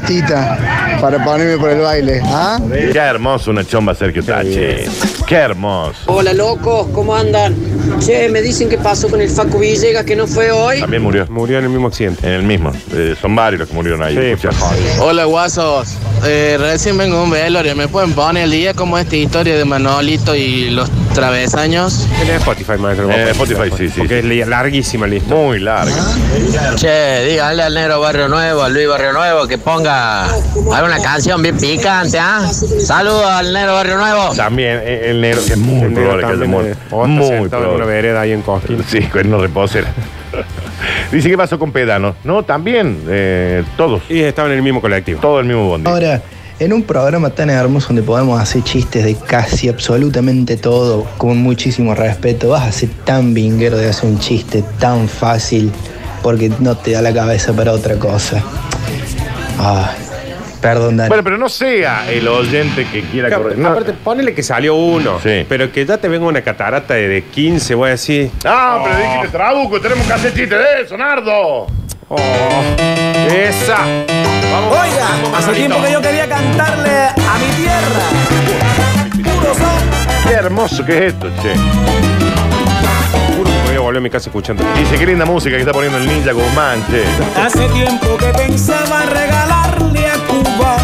Speaker 3: Celestita, para ponerme por el baile, ¿ah?
Speaker 1: Qué hermoso una chomba Sergio Tache. Qué hermoso.
Speaker 26: Hola locos, ¿cómo andan? Che, me dicen que pasó con el Facu Villegas que no fue hoy.
Speaker 1: También murió.
Speaker 2: Murió en el mismo accidente.
Speaker 1: En el mismo. Eh, son varios los que murieron ahí. escucha.
Speaker 26: Hola guasos, Eh, recién vengo de un velorio, ¿me pueden poner el día como esta historia de Manolito y los travesaños?
Speaker 2: En Spotify, maestro.
Speaker 1: En Eh, Spotify, sí, sí.
Speaker 2: Porque es li- larguísima la lista.
Speaker 1: Muy larga.
Speaker 26: Che, dígale al negro Barrio Nuevo, a Luis Barrio Nuevo, que ponga alguna canción bien picante, ¿ah? Saludos al negro Barrio Nuevo.
Speaker 1: También eh, el negro, que es muy
Speaker 2: El negro
Speaker 1: probable que haya
Speaker 2: también
Speaker 1: muerto.
Speaker 2: es- o está
Speaker 1: Muy
Speaker 2: sentado en una
Speaker 1: probable.
Speaker 2: vereda ahí en Cosquín.
Speaker 1: Sí, con una reposera. Dice, ¿qué pasó con Pedano? No, también, eh, todos.
Speaker 2: Y estaban en el mismo colectivo.
Speaker 1: Todo el mismo bondi.
Speaker 6: Ahora, en un programa tan hermoso donde podemos hacer chistes de casi absolutamente todo, con muchísimo respeto, vas a ser tan vinguero de hacer un chiste tan fácil porque no te da la cabeza para otra cosa. Ah, perdón, Dani.
Speaker 1: Bueno, pero no sea el oyente que quiera
Speaker 2: Claro,
Speaker 1: correr. No.
Speaker 2: Aparte, ponele que salió uno, pero que ya te venga una catarata de, de 15, voy a decir.
Speaker 1: Ah, pero dijiste trabuco, tenemos que hacer chiste de eso, Nardo.
Speaker 2: "Oh, Esa.
Speaker 27: Oiga, hace tiempo que yo quería cantarle a mi tierra. Puro son.
Speaker 1: Qué hermoso que es esto, che.
Speaker 2: Juro
Speaker 27: ¿eh?
Speaker 2: que voy a volver a mi casa escuchando.
Speaker 1: Dice, qué linda música que está poniendo el ninja Guzmán, che.
Speaker 27: Hace tiempo que pensaba regalarle a
Speaker 5: rumba.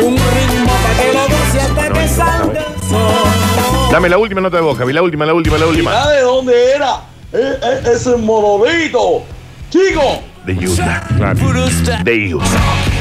Speaker 5: Un ritmo para que lo goce hasta que salga el sol.
Speaker 1: Dame la última nota de boca, vi la última, la última, la última.
Speaker 10: ¿Sabe dónde era? E- e- ese monolito. Chico.
Speaker 1: De Utah. De Utah.